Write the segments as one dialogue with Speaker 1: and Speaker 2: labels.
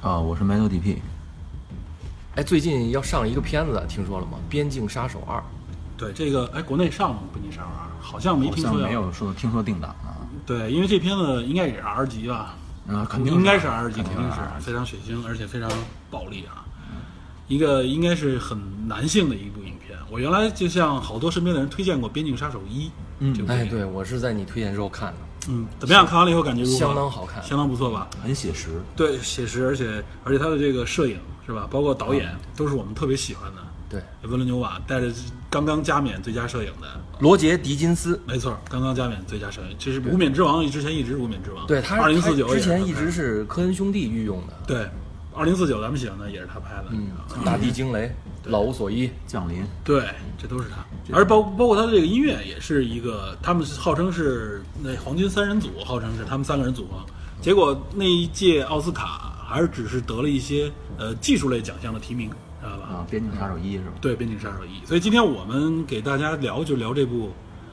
Speaker 1: 啊，我是 Mano DP，
Speaker 2: 哎，最近要上一个片子，听说了吗？《边境杀手二》。
Speaker 3: 对这个，哎，国内上吗？不，你上啊？好像没
Speaker 1: 好
Speaker 3: 听说
Speaker 1: 像
Speaker 3: 要
Speaker 1: 没。有说听说定档啊，
Speaker 3: 对，因为这片子应该也是 R 级吧？
Speaker 1: 啊，肯定
Speaker 3: 应该是 R 级，
Speaker 1: 肯
Speaker 3: 肯
Speaker 1: 定
Speaker 3: 定是
Speaker 1: 是
Speaker 3: 非常血腥，而且非常暴力啊。一个应该是很男性的一部影片。我原来就向好多身边的人推荐过《边境杀手一》这部
Speaker 2: 哎，
Speaker 3: 电影。
Speaker 2: 对，我是在你推荐之后看的，
Speaker 3: 嗯，怎么样？看完了以后感觉如何？
Speaker 2: 相当好看
Speaker 3: 相当不错吧？
Speaker 1: 很写实，
Speaker 3: 对，写实，而且而且他的这个摄影是吧，包括导演都是我们特别喜欢的。
Speaker 2: 对，
Speaker 3: 温伦纽瓦带着刚刚加冕最佳摄影的，
Speaker 2: 罗杰·狄金斯。
Speaker 3: 没错，刚刚加冕最佳摄影，这是无冕之王，之前一直无冕之王。
Speaker 2: 对，他
Speaker 3: 二
Speaker 2: 是
Speaker 3: 零
Speaker 2: 他
Speaker 3: 四九
Speaker 2: 之前一直是科恩兄弟御用的，
Speaker 3: 对，二零四九咱们喜欢的也是他拍的，
Speaker 2: 嗯
Speaker 3: 你知道吗？
Speaker 2: 大地惊雷、老无所依，
Speaker 1: 降临
Speaker 3: 对，这都是他，而包包括他的这个音乐也是一个，他们号称是那黄金三人组，号称是他们三个人组合，结果那一届奥斯卡还是只是得了一些呃技术类奖项的提名，知道吧？
Speaker 1: 啊，边境杀手一是吧？
Speaker 3: 对《边境杀手一》，所以今天我们给大家聊就聊这部
Speaker 2: 《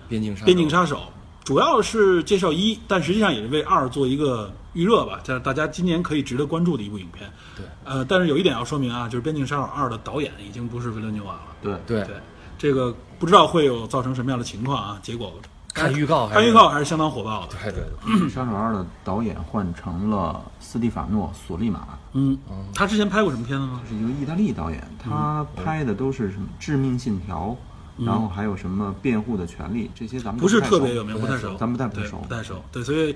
Speaker 2: 边境杀
Speaker 3: 《
Speaker 2: 手
Speaker 3: 边境杀手》，主要是介绍一，但实际上也是为二做一个预热吧，这样大家今年可以值得关注的一部影片。
Speaker 2: 对，
Speaker 3: 呃，但是有一点要说明啊，就是《边境杀手二》的导演已经不是维伦纽瓦了。
Speaker 1: 对
Speaker 2: 对，
Speaker 3: 对，这个不知道会有造成什么样的情况啊？结果
Speaker 2: 看预告还是哎
Speaker 3: 看预告还是相当火爆的。
Speaker 2: 对对对，
Speaker 1: 边境杀手二的导演换成了斯蒂法诺·索利马，
Speaker 3: 嗯，他之前拍过什么片子吗？
Speaker 1: 是一个意大利导演，他拍的都是什么《致命信条》，然后还有什么《辩护的权利》，这些咱们
Speaker 3: 嗯不是
Speaker 1: 太
Speaker 3: 特别
Speaker 1: 熟
Speaker 3: 有名，
Speaker 2: 不
Speaker 3: 太
Speaker 2: 太
Speaker 3: 熟，
Speaker 1: 咱们不太
Speaker 3: 对
Speaker 1: 熟
Speaker 3: 不太熟。对，所以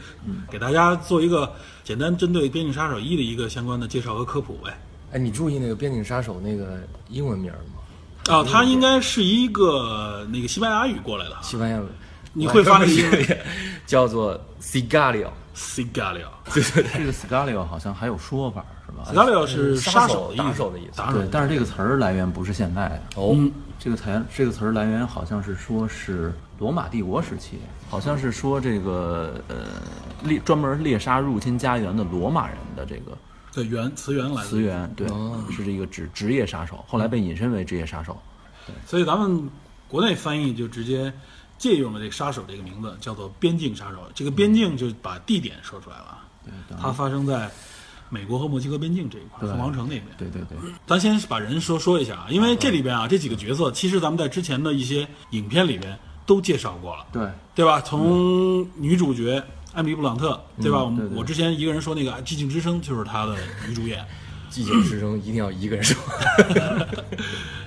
Speaker 3: 给大家做一个简单针对《边境杀手一》的一个相关的介绍和科普呗。
Speaker 2: 哎，你注意那个《边境杀手》那个英文名儿吗？
Speaker 3: 啊，他应该是一个那个西班牙语过来的啊
Speaker 2: 西班牙文，
Speaker 3: 你会发那
Speaker 2: 一
Speaker 3: 音
Speaker 2: 个 叫做 Cigario，
Speaker 3: c i g a l i o
Speaker 1: 这个 Scario 好像还有说法是吧
Speaker 3: c i？g a l i o 是
Speaker 2: 呃杀
Speaker 3: 手
Speaker 2: 手打
Speaker 3: 手
Speaker 2: 手的意思
Speaker 3: 打手嗯
Speaker 1: 对，。但是这个词儿来源不是现代的，
Speaker 2: 哦，
Speaker 1: 这个词这个词儿来源好像是说是罗马帝国时期，好像是说这个呃猎专门猎杀入侵家园的罗马人的这个
Speaker 3: 对，源词源来
Speaker 1: 词
Speaker 3: 自。
Speaker 1: 源，对，是这个职职业杀手，后来被引申为职业杀手。
Speaker 3: 所以咱们国内翻译就直接借用了这个杀手这个名字，叫做边境杀手。这个边境就把地点说出来了啊，它发生在美国和墨西哥边境这一块，凤凰城那边。
Speaker 1: 对对对，
Speaker 3: 咱先把人说说一下啊，因为这里边啊这几个角色，其实咱们在之前的一些影片里边都介绍过了，
Speaker 1: 对
Speaker 3: 对吧？从女主角艾米丽·布朗特，对吧？我们
Speaker 1: 嗯对对
Speaker 3: 我之前一个人说那个《寂静之声》就是她的女主 演，
Speaker 2: 寂静之声一定要一个人说。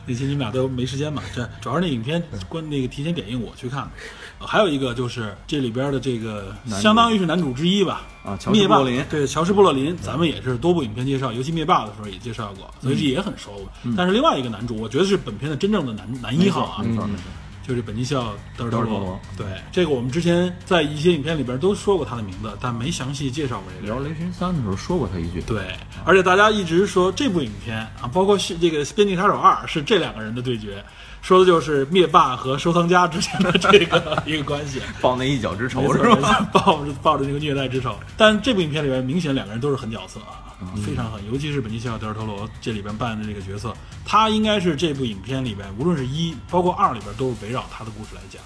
Speaker 3: 那些你们俩都没时间嘛，这主要是那影片关那个提前点映我去看的。呃还有一个就是这里边的这个相当于是男主之一吧，
Speaker 1: 啊乔治
Speaker 3: 灭霸
Speaker 1: 波洛林
Speaker 3: 对乔治波洛林，咱们也是多部影片介绍，尤其灭霸的时候也介绍过，所以这也很熟。
Speaker 1: 嗯
Speaker 3: 但是另外一个男主，我觉得是本片的真正的男男一号啊，
Speaker 1: 没错没错，
Speaker 3: 就是本尼肖德尔托
Speaker 1: 德尔托
Speaker 3: 罗
Speaker 1: 罗。
Speaker 3: 对，这个我们之前在一些影片里边都说过他的名字，但没详细介绍过这个人。
Speaker 1: 聊《雷神三》的时候说过他一句，
Speaker 3: 对，
Speaker 1: 嗯
Speaker 3: 而且大家一直说这部影片啊，包括是这个《边境杀手二》是这两个人的对决，说的就是灭霸和收藏家之间的这 个一个关系，
Speaker 1: 报那一脚之
Speaker 3: 没
Speaker 1: 仇
Speaker 3: 错
Speaker 1: 是
Speaker 3: 没
Speaker 1: 吧？
Speaker 3: 错抱着抱着那个虐待之仇。但这部影片里边明显两个人都是狠角色啊，
Speaker 1: 嗯
Speaker 3: 非常狠，尤其是本尼西奥·德尔托罗这里边扮演的这个角色，他应该是这部影片里边无论是一包括二里边都是围绕他的故事来讲。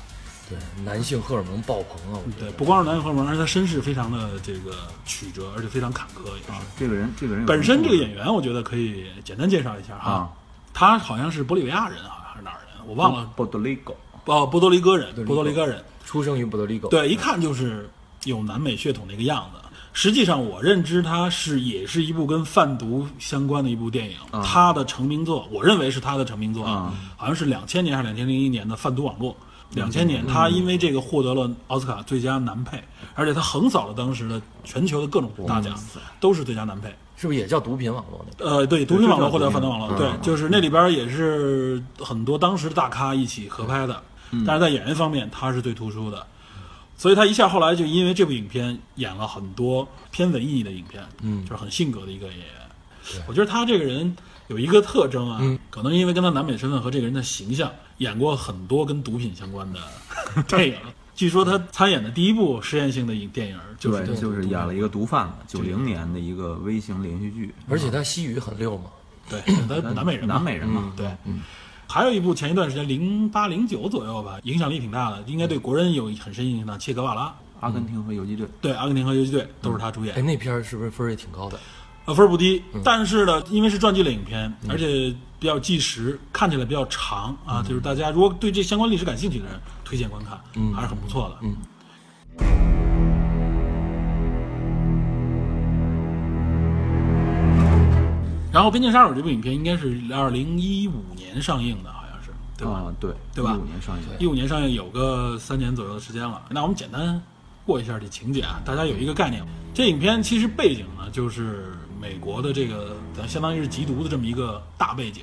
Speaker 2: 对，男性荷尔蒙爆棚啊！我觉
Speaker 3: 对，
Speaker 2: 得
Speaker 3: 不光是男性荷尔蒙，而且他身世非常的这个曲折，而且非常坎坷也是。
Speaker 1: 这个人，这个人有
Speaker 3: 本身这个演员，我觉得可以简单介绍一下哈，
Speaker 1: 啊
Speaker 3: 他好像是玻利维亚人啊，还是哪儿人？我忘了，
Speaker 1: 波多利狗，
Speaker 3: 哦，波多黎各人，波多黎各人。
Speaker 2: 出生于波多黎各，，
Speaker 3: 对，一看就是有南美血统那个样子。实际上，我认知它是也是一部跟贩毒相关的一部电影。它的成名作，我认为是它的成名作，
Speaker 1: 啊
Speaker 3: 好像是两千年还是两千零一年的《贩毒网络》。两千年，他因为这个获得了奥斯卡最佳男配，而且他横扫了当时的全球的各种大奖，都是最佳男配。
Speaker 2: 是不是也叫毒品网络那个？
Speaker 3: 呃，对，毒品网络或者反毒网络，
Speaker 1: 嗯
Speaker 3: 对，就是那里边也是很多当时的大咖一起合拍的，
Speaker 1: 嗯
Speaker 3: 但是在演员方面他是最突出的，所以他一下后来就因为这部影片演了很多偏文艺的影片，嗯，就是很性格的一个演员。我觉得他这个人有一个特征啊，
Speaker 1: 嗯
Speaker 3: 可能因为跟他南美身份和这个人的形象，演过很多跟毒品相 关的电影。据说他参演的第一部实验性的影电影就是
Speaker 1: 对，就是演了一个毒贩子，九零年的一个微型连续剧，
Speaker 2: 而且他西语很溜嘛，
Speaker 3: 对，他南美人嘛，
Speaker 1: 南美人嘛，
Speaker 3: 对，还有一部前一段时间零八零九左右吧，影响力挺大的，应该对国人有很深印象的《切格瓦拉》，
Speaker 1: 阿根廷和游击队，
Speaker 3: 对，《阿根廷和游击队》都是他主演
Speaker 2: 哎，，那片儿是不是分儿也挺高的？
Speaker 3: 呃，分儿不低。但是呢，因为是传记类影片，而且比较纪实，看起来比较长啊，就是大家如果对这相关历史感兴趣的人，推荐观看，还是很不错的。嗯。然后《边境杀手》这部影片应该是二零一五年上映的，好像是，对吧？
Speaker 1: 啊，对，
Speaker 3: 对吧
Speaker 1: 一五年上映，
Speaker 3: 一五年上映有个三年左右的时间了。那我们简单过一下这情节啊，大家有一个概念。这影片其实背景呢，就是美国的这个，咱相当于是缉毒的这么一个大背景。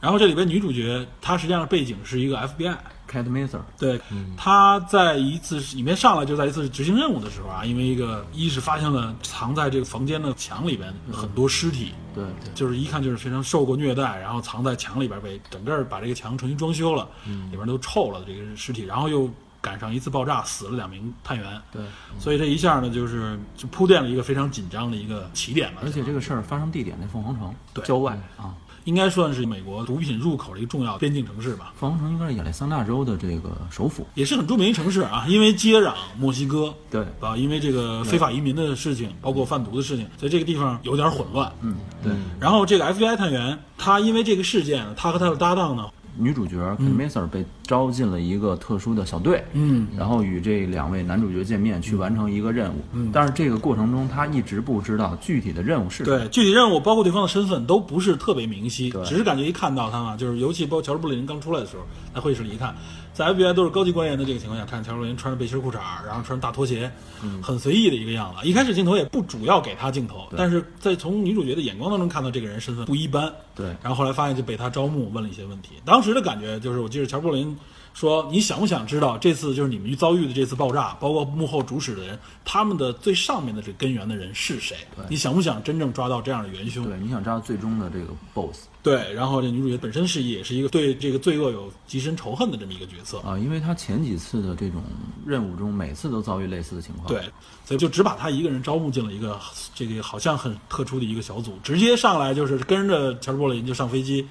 Speaker 3: 然后这里边女主角她实际上背景是一个 FBI，
Speaker 1: Cat Maser，
Speaker 3: 对，她在一次里面上来就在一次执行任务的时候啊，因为一个一是发现了藏在这个房间的墙里边很多尸体，
Speaker 1: 对，
Speaker 3: 就是一看就是非常受过虐待，然后藏在墙里边被整个把这个墙重新装修了，
Speaker 1: 嗯
Speaker 3: 里边都臭了这个尸体，然后又赶上一次爆炸，死了两名探员。
Speaker 1: 对，
Speaker 3: 所以这一下呢，就是就铺垫了一个非常紧张的一个起点吧。
Speaker 1: 而且这个事儿发生地点在凤凰城
Speaker 3: 对
Speaker 1: 郊外啊，
Speaker 3: 应该算是美国毒品入口的一个重要边境城市吧，
Speaker 1: 凤凰城应该是亚利桑那州的这个首府，
Speaker 3: 也是很著名一城市啊，因为接壤墨西哥。
Speaker 1: 对，
Speaker 3: 啊，因为这个非法移民的事情，包括贩毒的事情，所以这个地方有点混乱。
Speaker 1: 嗯，对，
Speaker 3: 然后这个 FBI 探员，他因为这个事件，他和他的搭档呢，
Speaker 1: 女主角 Cat Maser 被招进了一个特殊的小队，
Speaker 3: 嗯，
Speaker 1: 然后与这两位男主角见面，去完成一个任务。
Speaker 3: 嗯
Speaker 1: 但是这个过程中，他一直不知道具体的任务是什么。
Speaker 3: 对，具体任务包括对方的身份都不是特别明晰，
Speaker 1: 对
Speaker 3: 只是感觉一看到他嘛，啊就是尤其包括乔治布林刚出来的时候，在会议室里一看，在 FBI 都是高级官员的这个情况下，看乔治布林穿着背心裤衩儿，然后穿着大拖鞋，
Speaker 1: 嗯
Speaker 3: 很随意的一个样子。一开始镜头也不主要给他镜头，但是在从女主角的眼光当中看到这个人身份不一般，
Speaker 1: 对
Speaker 3: 然后后来发现就被他招募问了一些问题，当时的感觉就是，我记得乔治布林说：“你想不想知道这次就是你们遭遇的这次爆炸，包括幕后主使的人，他们的最上面的这根源的人是谁？你想不想真正抓到这样的元凶
Speaker 1: 对，你想知道最终的这个 BOSS
Speaker 3: 对？”然后这女主角本身是也是一个对这个罪恶有极深仇恨的这么一个角色，
Speaker 1: 啊、因为他前几次的这种任务中，每次都遭遇类似的情况。
Speaker 3: 对，所以就只把他一个人招募进了一个这个好像很特殊的一个小组，直接上来就是跟着乔治布林就上飞机，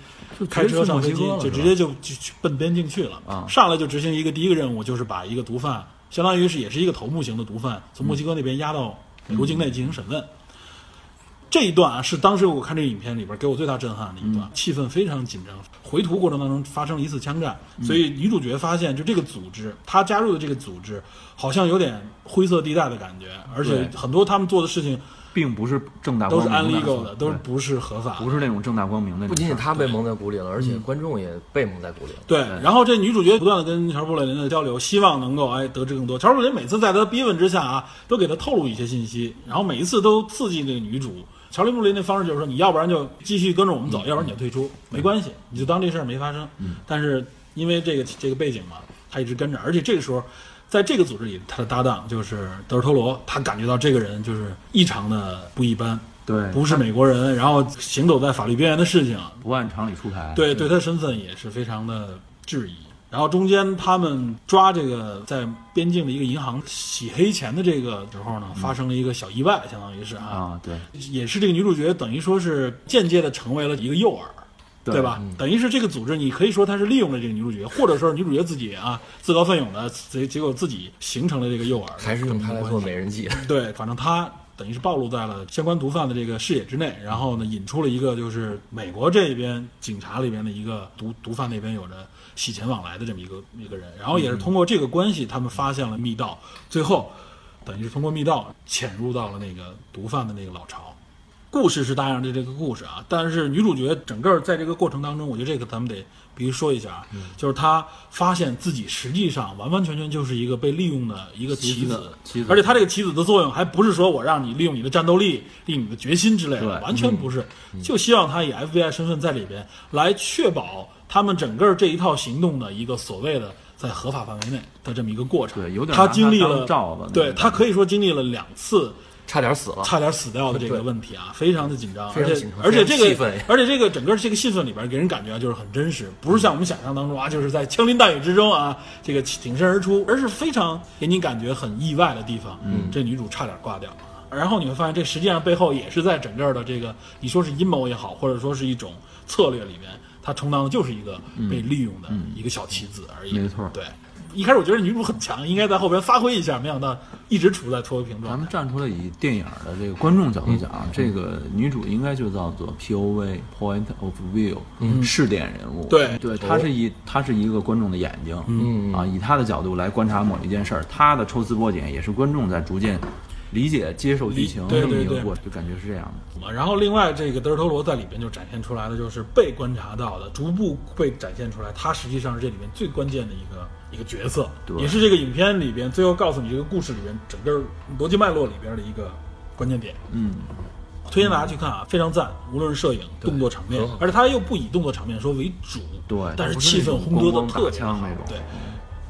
Speaker 3: 开车上飞
Speaker 1: 就
Speaker 3: 机
Speaker 1: 直接去墨西哥
Speaker 3: 就直
Speaker 1: 了
Speaker 3: 接就就去奔边境去了。
Speaker 1: 啊
Speaker 3: 上来就执行一个第一个任务，就是把一个毒贩，相当于是也是一个头目型的毒贩，从墨西哥那边押到美国境内进行审问。这一段啊，是当时我看这个影片里边给我最大震撼的一段，气氛非常紧张。回途过程当中发生了一次枪战，所以女主角发现，就这个组织，她加入的这个组织好像有点灰色地带的感觉，而且
Speaker 1: 对
Speaker 3: 很多他们做的事情
Speaker 1: 并不是正大
Speaker 3: 都
Speaker 1: 光
Speaker 3: 是
Speaker 1: 明
Speaker 3: unlegal 的，
Speaker 1: 的，
Speaker 3: 都是
Speaker 1: 对
Speaker 3: 不是合法的
Speaker 1: 不是那种正大光明的那种事儿。
Speaker 2: 不仅仅他被蒙在鼓里了，
Speaker 3: 嗯
Speaker 2: 而且观众也被蒙在鼓里了。
Speaker 3: 对，然后这女主角不断的跟乔布雷林的交流，希望能够哎得知更多。乔布雷林每次在他逼问之下啊，都给他透露一些信息，然后每一次都刺激这个女主。乔布雷林的方式就是说，你要不然就继续跟着我们走，要不然你就退出，没关系，你就当这事儿没发生。但是因为这个这个背景嘛，他一直跟着，而且这个时候。在这个组织里，他的搭档就是德尔托罗，他感觉到这个人就是异常的不一般，
Speaker 1: 对
Speaker 3: 不是美国人，然后行走在法律边缘的事情，
Speaker 1: 不按常理出牌。
Speaker 3: 对，对他身份也是非常的质疑。然后中间他们抓这个在边境的一个银行洗黑钱的这个时候呢，发生了一个小意外，相当于是啊，
Speaker 1: 啊，对，
Speaker 3: 也是这个女主角等于说是间接的成为了一个诱饵，
Speaker 1: 对
Speaker 3: 对吧？等于是这个组织，你可以说他是利用了这个女主角，或者说是女主角自己啊自告奋勇的，结结果自己形成了这个诱 饵，
Speaker 2: 还是用它来做美人计，
Speaker 3: 对，反正他等于是暴露在了相关毒贩的这个视野之内，然后呢，引出了一个就是美国这边警察里边的一个毒毒贩那边有着洗钱往来的这么一个一个人，然后也是
Speaker 1: 嗯
Speaker 3: 通过这个关系，他们发现了密道，最后等于是通过密道潜入到了那个毒贩的那个老巢。故事是大样的这个故事啊，但是女主角整个在这个过程当中，我觉得这个咱们得必须说一下啊，
Speaker 1: 嗯
Speaker 3: 就是她发现自己实际上完完全全就是一个被利用的一个棋
Speaker 1: 棋子
Speaker 3: 子，
Speaker 1: 棋子
Speaker 3: 而且她这个棋子的作用还不是说我让你利用你的战斗力、利用你的决心之类的，
Speaker 1: 对嗯
Speaker 3: 完全不是，就希望她以 FBI 身份在里边来确保他们整个这一套行动的一个所谓的在合法范围内的这么一个过程。
Speaker 1: 对有点
Speaker 3: 她
Speaker 1: 拿
Speaker 3: 经历
Speaker 1: 她当
Speaker 3: 了
Speaker 1: 罩子那
Speaker 3: 对
Speaker 1: 种
Speaker 3: 她可以说经历了两次
Speaker 2: 差点死了。
Speaker 3: 差点死掉的这个
Speaker 2: 对
Speaker 3: 问题啊，非常的紧张，
Speaker 2: 非
Speaker 3: 而
Speaker 2: 常
Speaker 3: 且
Speaker 2: 紧张
Speaker 3: 而且
Speaker 2: 非
Speaker 3: 这
Speaker 2: 常气
Speaker 3: 个
Speaker 2: 愤
Speaker 3: 而且这个整个这个戏份里边给人感觉啊就是很真实，不是像我们想象当中啊，就是在枪林弹雨之中啊，这个挺身而出，而是非常给你感觉很意外的地方。嗯，这女主差点挂掉。然后你会发现，这实际上背后也是在整个的这个，你说是阴谋也好，或者说是一种策略里面，她充当的就是一个被利用的一个小棋子而已。
Speaker 1: 没错
Speaker 3: 对。一开始我觉得女主很强，应该在后边发挥一下，没想到一直处在拖油瓶
Speaker 1: 咱
Speaker 3: 状
Speaker 1: 们
Speaker 3: 态。
Speaker 1: 站出来以电影的这个观众角度讲，这个女主应该就叫做 POV (Point of View)，试点人物。
Speaker 3: 对
Speaker 1: 对，她是以她是一个观众的眼睛，嗯啊，以她的角度来观察某一件事儿，她的抽丝剥茧也是观众在逐渐理解、接受剧情
Speaker 3: 理对
Speaker 1: 这么一
Speaker 3: 对
Speaker 1: 个
Speaker 3: 对
Speaker 1: 过程，就感觉是这样的。
Speaker 3: 然后另外这个德尔托罗在里边就展现出来的就是被观察到的，逐步被展现出来，他实际上是这里面最关键的一个一个角色，
Speaker 1: 对
Speaker 3: 也是这个影片里边最后告诉你这个故事里边整个逻辑脉络里边的一个关键点。
Speaker 1: 嗯，
Speaker 3: 推荐大家去看啊，非常赞！无论是摄影、动作场面
Speaker 2: 很好，
Speaker 3: 而且他又不以动作场面说为主，
Speaker 1: 对
Speaker 3: 但是
Speaker 1: 不是
Speaker 3: 气
Speaker 1: 那
Speaker 3: 氛
Speaker 1: 种
Speaker 3: 烘托
Speaker 1: 咣
Speaker 3: 的
Speaker 1: 咣
Speaker 3: 特
Speaker 1: 打
Speaker 3: 别
Speaker 1: 枪
Speaker 3: 好
Speaker 1: 那种
Speaker 3: 对，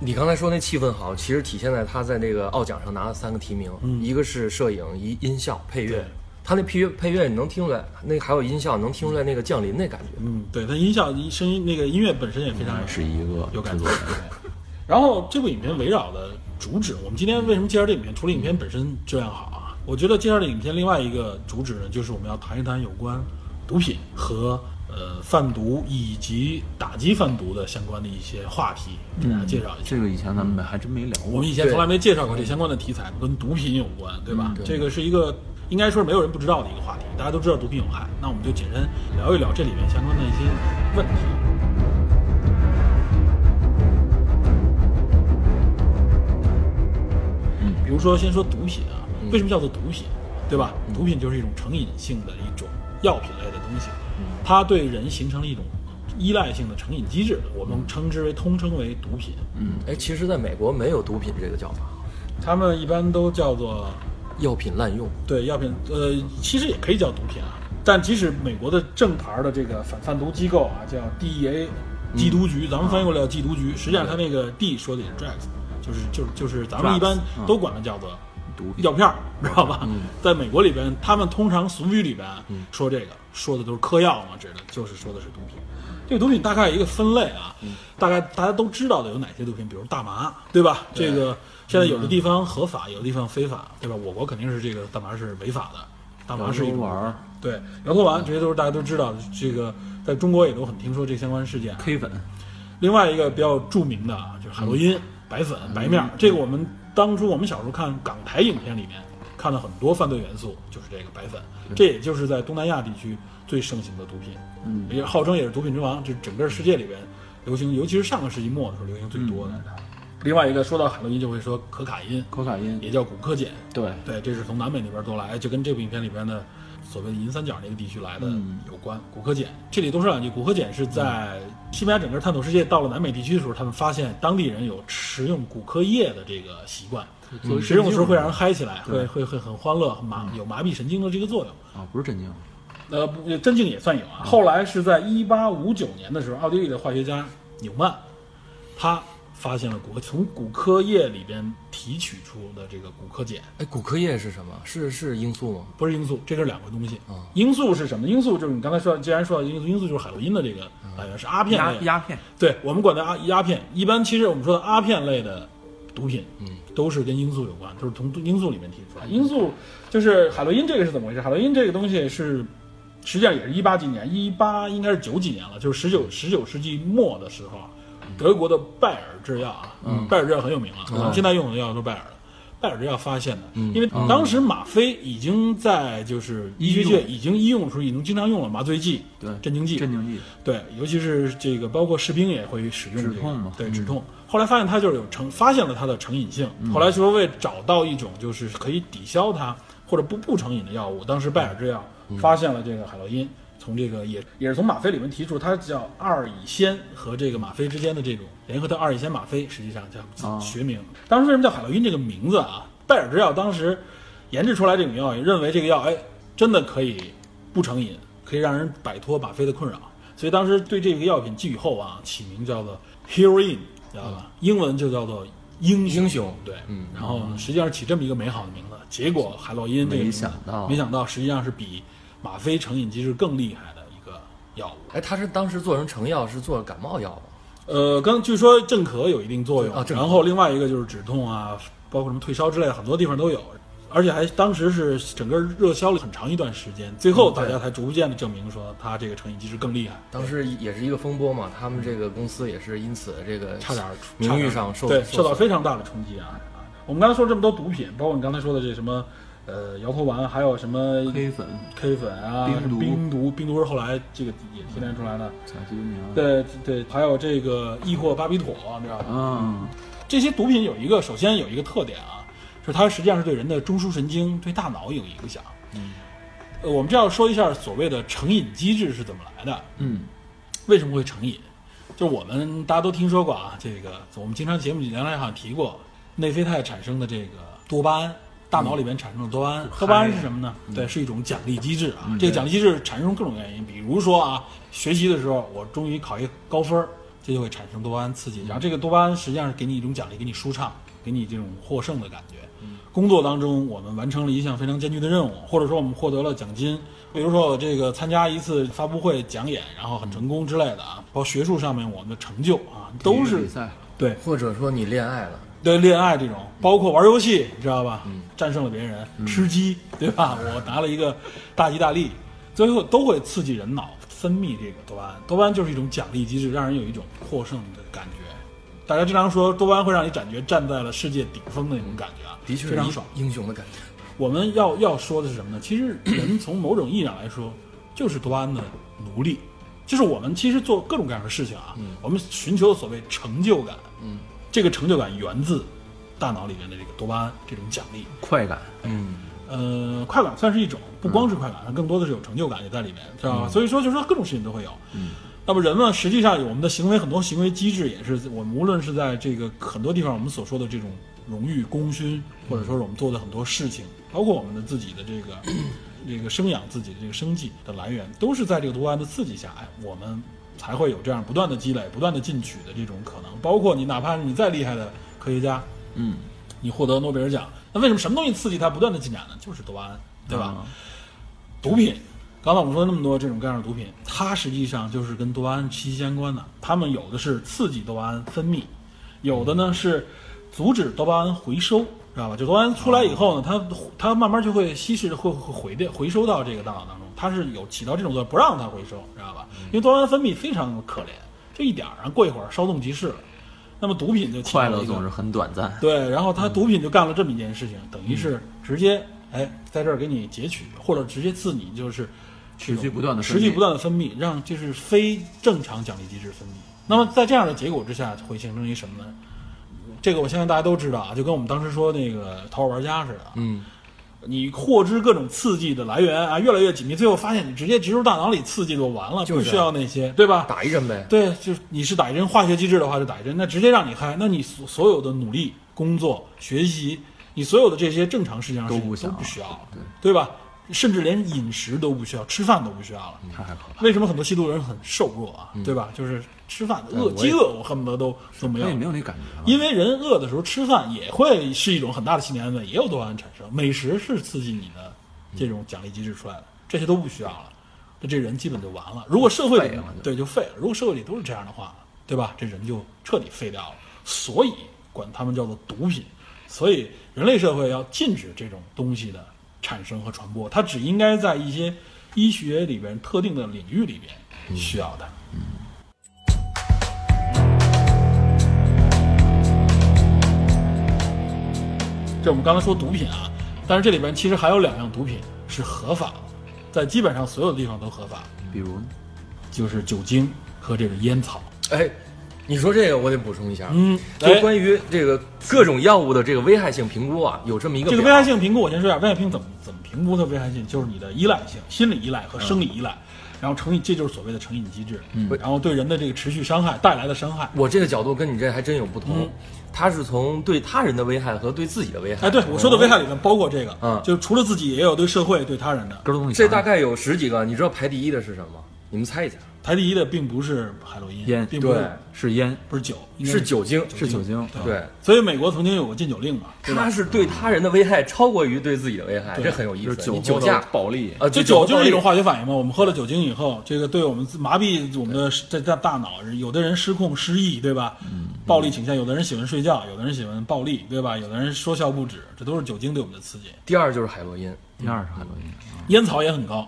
Speaker 2: 你刚才说那气氛好，其实体现在他在那个奥奖上拿了三个提名，一个是摄影，一音效配乐
Speaker 3: 嗯对。
Speaker 2: 他那配乐配乐你能听出来，那还有音效能听出来那个降临那感觉。
Speaker 3: 嗯，对，它音效、声音那个音乐本身也非常有
Speaker 1: 是嗯一个
Speaker 3: 嗯有感
Speaker 1: 制
Speaker 3: 觉。
Speaker 1: 作人
Speaker 3: 对然后这部影片围绕的主旨，我们今天为什么介绍这影片？除了影片本身质量好啊，我觉得介绍这影片另外一个主旨呢，就是我们要谈一谈有关毒品和呃贩毒以及打击贩毒的相关的一些话题，给大家介绍一下。
Speaker 1: 这个以前咱们还真没聊过。
Speaker 3: 我们以前从来没介绍过这相关的题材，跟毒品有关，嗯对吧？这个是一个应该说是没有人不知道的一个话题，大家都知道毒品有害，那我们就简单聊一聊这里面相关的一些问题。嗯，比如说先说毒品啊，为什么叫做毒品，对吧？毒品就是一种成瘾性的一种药品类的东西，它对人形成了一种依赖性的成瘾机制，我们称之为通称为毒品。
Speaker 2: 哎，其实在美国没有毒品这个叫法，
Speaker 3: 他们一般都叫做
Speaker 2: 药品滥用。
Speaker 3: 对药品，呃，其实也可以叫毒品啊。但即使美国的正牌的这个反贩毒机构啊，叫 DEA，缉
Speaker 1: 嗯
Speaker 3: 毒局，咱们翻译过
Speaker 1: 啊
Speaker 3: 来叫缉毒局，实际上它那个 D 说的也是 drugs，就是就是就是咱们
Speaker 1: Drugs，
Speaker 3: 一般
Speaker 1: 嗯
Speaker 3: 都管它叫做
Speaker 1: 毒品嗯
Speaker 3: 药片儿，知道吧？在美国里边，他们通常俗语里边说这个说的都是嗑药嘛，指的就是说的是毒品。这个毒品大概有一个分类啊，大概大家都知道的有哪些毒品，比如大麻，对吧？这个现在有的地方合法，有的地方非法，对吧？我国肯定是这个大麻是违法的，大麻啊是一种
Speaker 1: 摇头丸儿
Speaker 3: 对摇头丸，这些都是大家都知道的。这个在中国也都很听说这相关事件。啊
Speaker 1: K 粉，嗯
Speaker 3: 另外一个比较著名的啊，就是海洛因、白粉、白面儿，这个我们当初我们小时候看港台影片里面看到很多犯罪元素，就是这个白粉，这也就是在东南亚地区最盛行的毒品，嗯，也号称也是毒品之王，这整个世界里边流行，尤其是上个世纪末的时候流行最多的。
Speaker 1: 嗯
Speaker 3: 另外一个说到海洛因，就会说可卡因，
Speaker 1: 可卡因，
Speaker 3: 也叫古柯碱，
Speaker 1: 对，
Speaker 3: 对，这是从南美那边过来，就跟这部影片里边的所谓的银三角那个地区来的有关。古柯碱，这里多说两句，古柯碱是在西班牙整个探索世界到了南美地区的时候，他们发现当地人有食用古柯叶的这个习惯，
Speaker 1: 作为
Speaker 3: 食用的时候
Speaker 1: 神经
Speaker 3: 会让人嗨起来，会
Speaker 1: 对
Speaker 3: 会会很欢乐，很麻有麻痹神经的这个作用。
Speaker 1: 啊，不是震惊，
Speaker 3: 嗯呃，不真菌也算有啊。后来是在一八五九年的时候，奥地利的化学家纽曼，他发现了骨科从骨科叶里边提取出的这个骨科碱。
Speaker 2: 哎，骨科液是什么？是是罂粟吗？
Speaker 3: 不是罂粟，这是两个东西。
Speaker 2: 啊
Speaker 3: 罂粟是什么？罂粟就是你刚才说，既然说到罂粟，罂粟就是海洛因的这个来源，是阿片
Speaker 1: 鸦
Speaker 3: 类的。
Speaker 1: 鸦片，
Speaker 3: 对我们管它阿啊鸦片，一般其实我们说的阿片类的毒品，嗯，都是跟罂粟有关，都是从罂粟里面提出来。罂粟就是海洛因，这个是怎么回事？海洛因这个东西是，实际上也是一八几年，一八应该是九几年了，就是十九十九世纪末的时候，德国的拜耳制药啊，拜耳制药很有名了，我们现在用的药都是拜耳的。嗯拜耳制药发现的，因为当时吗啡已经在就是医学界已经医用的时候已经经常用了麻醉剂、
Speaker 1: 对，
Speaker 3: 镇静剂、
Speaker 1: 镇静剂，
Speaker 3: 对，尤其是这个，包括士兵也会使用、这个、
Speaker 1: 止痛嘛嗯
Speaker 3: 对止痛。后来发现它就是有成，发现了它的成瘾性。后来说为找到一种就是可以抵消它或者不不成瘾的药物，当时拜耳制药
Speaker 1: 嗯
Speaker 3: 发现了这个海洛因，从这个也也是从吗啡里面提出，它叫二乙酰和这个吗啡之间的这种联合的二乙酰吗啡，实际上叫
Speaker 1: 哦
Speaker 3: 学名。当时为什么叫海洛因这个名字啊？拜耳制药当时研制出来这种药，也认为这个药哎真的可以不成瘾，可以让人摆脱吗啡的困扰。所以当时对这个药品寄予厚望，起名叫做 heroin，知道吧？英文就叫做英雄
Speaker 2: 英雄
Speaker 3: 对，嗯，然后实际上是起这么一个美好的名字，结果海洛因这个
Speaker 1: 没
Speaker 3: 名字
Speaker 1: 想到
Speaker 3: 没想到实际上是比吗啡成瘾机制更厉害的一个药物。
Speaker 2: 哎，他是当时做成成药是做感冒药吗？
Speaker 3: 呃，刚据说镇咳有一定作用，
Speaker 2: 啊镇咳
Speaker 3: 然后另外一个就是止痛啊，包括什么退烧之类的，很多地方都有，而且还当时是整个热销了很长一段时间，最后大家才逐渐的证明说它这个成瘾机制更厉害，
Speaker 2: 当时也是一个风波嘛，他们这个公司也是因此这个
Speaker 3: 差点儿
Speaker 2: 名誉上受
Speaker 3: 对受
Speaker 2: 受
Speaker 3: 到
Speaker 2: 损
Speaker 3: 非常大的冲击啊！啊我们刚才说这么多毒品，包括你刚才说的这什么呃摇头丸，还有什么
Speaker 1: 黑粉、
Speaker 3: K 粉啊，
Speaker 1: 冰毒
Speaker 3: 冰毒，冰毒是后来这个也提炼出来的。
Speaker 1: 甲基苯，
Speaker 3: 对对，还有这个异或巴比妥，你知道吧？
Speaker 1: 嗯，
Speaker 3: 这些毒品有一个，首先有一个特点啊，就是它实际上是对人的中枢神经、对大脑有影响。嗯，呃，我们这要说一下所谓的成瘾机制是怎么来的，
Speaker 1: 嗯，
Speaker 3: 为什么会成瘾？就我们大家都听说过啊，这个我们经常节目里原来好像提过，内啡肽产生的这个多巴胺，大脑里面产生的多巴胺，多巴胺是什么呢？对，是一种奖励机制啊。这个奖励机制产生各种原因，比如说啊，学习的时候我终于考一个高分儿，这就会产生多巴胺刺激，然后这个多巴胺实际上是给你一种奖励，给你舒畅，给你这种获胜的感觉。工作当中，我们完成了一项非常艰巨的任务，或者说我们获得了奖金，比如说我这个参加一次发布会讲演，然后很成功之类的啊，包括学术上面我们的成就啊，都
Speaker 1: 体育
Speaker 3: 是
Speaker 1: 比赛，
Speaker 3: 对
Speaker 2: 或者说你恋爱了，
Speaker 3: 对恋爱这种，包括玩游戏，你知道吧？
Speaker 2: 嗯
Speaker 3: 战胜了别人，吃鸡，对吧？我拿了一个大吉大利，最后都会刺激人脑分泌这个多巴胺。多巴胺就是一种奖励机制，让人有一种获胜的感觉。大家经常说多巴胺会让你感觉站在了世界顶峰的那种感觉啊，
Speaker 2: 的确
Speaker 3: 非
Speaker 2: 是
Speaker 3: 常
Speaker 2: 英
Speaker 3: 爽。
Speaker 2: 英雄的感觉。
Speaker 3: 我们要要说的是什么呢？其实人从某种意义上来说，就是多巴胺的奴隶。就是我们其实做各种各样的事情啊，我们寻求所谓成就感，嗯，这个成就感源自大脑里面的这个多巴胺这种奖励。
Speaker 1: 快感，
Speaker 3: 呃，快感算是一种，不光是快感，它更多的是有成就感也在里面，知道吧？所以说，就是说各种事情都会有。嗯，那么人呢，实际上我们的行为很多行为机制也是，我们无论是在这个很多地方我们所说的这种荣誉、功勋，或者说是我们做的很多事情，包括我们的自己的这个这个生养自己的这个生计的来源，都是在这个多巴胺的刺激下，哎，我们才会有这样不断的积累、不断的进取的这种可能。包括你哪怕是你再厉害的科学家，
Speaker 1: 嗯，
Speaker 3: 你获得诺贝尔奖，那为什么什么东西刺激它不断的进展呢？就是多巴胺，对吧？
Speaker 1: 嗯
Speaker 3: 毒品，刚才我们说了那么多这种各样的毒品，它实际上就是跟多巴胺息息相关的。它们有的是刺激多巴胺分泌，有的
Speaker 1: 嗯
Speaker 3: 呢是阻止多巴胺回收，知道吧？就多巴胺出来以后呢，它
Speaker 1: 哦
Speaker 3: 它慢慢就会稀释，会会回掉回收到这个大脑当中，它是有起到这种作用，不让它回收，知道吧？
Speaker 1: 嗯
Speaker 3: 因为多巴胺分泌非常可怜，这一点儿，然啊后过一会儿稍纵即逝了。那么毒品就起到
Speaker 1: 快
Speaker 3: 了
Speaker 1: 乐
Speaker 3: 一个
Speaker 1: 总是很短 暂，
Speaker 3: 对，然后他毒品就干了这么一件事情，
Speaker 1: 嗯
Speaker 3: 等于是直接哎在这儿给你截取，或者直接刺你，就是持
Speaker 1: 持续不断地分
Speaker 3: 持续
Speaker 1: 泌
Speaker 3: 不断的分泌，让就是非正常奖励机制分泌。那么在这样的结果之下，会形成一什么呢？这个我相信大家都知道啊，就跟我们当时说那个《头号玩家》似的，啊
Speaker 2: 嗯，
Speaker 3: 你获知各种刺激的来源啊，越来越紧密，最后发现你直接植入大脑里刺激就完了，
Speaker 2: 就
Speaker 1: 啊
Speaker 3: 不
Speaker 2: 是
Speaker 3: 需要那些，对吧？
Speaker 2: 打一针呗。
Speaker 3: 对，就是你是打一针化学机制的话，就打一针，那直接让你嗨，那你所所有的努力、工作、学习，你所有的这些正常事情上
Speaker 1: 都
Speaker 3: 是
Speaker 1: 不想
Speaker 3: 都
Speaker 1: 了
Speaker 3: 不需要了，
Speaker 1: 对
Speaker 3: 对吧？甚至连饮食都不需要，吃饭都不需要
Speaker 2: 嗯
Speaker 3: 了。
Speaker 1: 太害怕了。
Speaker 3: 为什么很多吸毒人很瘦弱啊？对吧？就是吃饭
Speaker 2: 哎
Speaker 3: 饿
Speaker 2: 我也
Speaker 3: 饥饿，我恨不得都都没有
Speaker 1: 我
Speaker 3: 了
Speaker 1: 也没有那感觉了，
Speaker 3: 因为人饿的时候吃饭也会是一种很大的心理安慰，也有多巴胺产生。美食是刺激你的这种奖励机制出来的，这些都不需要了，那这人基本就完了。如果社会
Speaker 1: 废
Speaker 3: 里
Speaker 1: 了就
Speaker 3: 对就废了，如果社会里都是这样的话，对吧？这人就彻底废掉了。所以管他们叫做毒品。所以人类社会要禁止这种东西的产生和传播，它只应该在一些医学里边特定的领域里边需要的。这我们刚才说毒品啊，但是这里边其实还有两样毒品是合法的，在基本上所有的地方都合法，
Speaker 1: 比如呢
Speaker 3: 就是酒精和这个烟草。
Speaker 2: 哎，你说这个我得补充一下，
Speaker 3: 嗯
Speaker 2: 就
Speaker 3: 哎
Speaker 2: 关于这个各种药物的这个危害性评估啊，有这么一个
Speaker 3: 这个
Speaker 2: 表
Speaker 3: 危害性评估，我先说一下，危害性怎么怎么评估它危害性，就是你的依赖性、心理依赖和生理依赖，
Speaker 2: 嗯
Speaker 3: 然后成瘾，这就是所谓的成瘾机制，嗯然后对人的这个持续伤害带来的伤害。
Speaker 2: 我这个角度跟你这还真有不同，他是从对他人的危害和对自己的危
Speaker 3: 嗯
Speaker 2: 害。
Speaker 3: 哎，对我说的危害里面包括这个，
Speaker 2: 哦嗯
Speaker 3: 就除了自己，也有对社会、对他人的。
Speaker 1: 根儿东西
Speaker 2: 这
Speaker 1: 长，
Speaker 2: 大概有十几个，你知道排第一的是什么吗？你们猜一下，
Speaker 3: 排第一的并不是海洛因，
Speaker 1: 烟
Speaker 3: 并不是
Speaker 2: 对
Speaker 1: 是烟，
Speaker 3: 不是酒，应该
Speaker 2: 是酒精，
Speaker 1: 是酒精。
Speaker 2: 对，
Speaker 3: 所以美国曾经有过禁酒令嘛，对吧
Speaker 2: 它是对他人的危害超过于对自己的危害，
Speaker 3: 对
Speaker 2: 这很有意
Speaker 1: 就
Speaker 2: 思。
Speaker 1: 是酒
Speaker 2: 你
Speaker 1: 后
Speaker 2: 酒
Speaker 1: 的
Speaker 2: 驾，
Speaker 1: 暴力，
Speaker 2: 呃，
Speaker 3: 这
Speaker 2: 对
Speaker 3: 酒就是一种
Speaker 2: 话，
Speaker 3: 化学反应嘛。我们喝了酒精以后，这个对我们自麻痹我们的这大大脑，有的人失控失忆，对吧？暴力倾向，有的人喜欢睡觉，有的人喜欢暴力，对吧？有的人说笑不止，这都是酒精对我们的刺激。
Speaker 2: 第二就是海洛因，
Speaker 1: 第二是海洛因。
Speaker 3: 烟草也很高，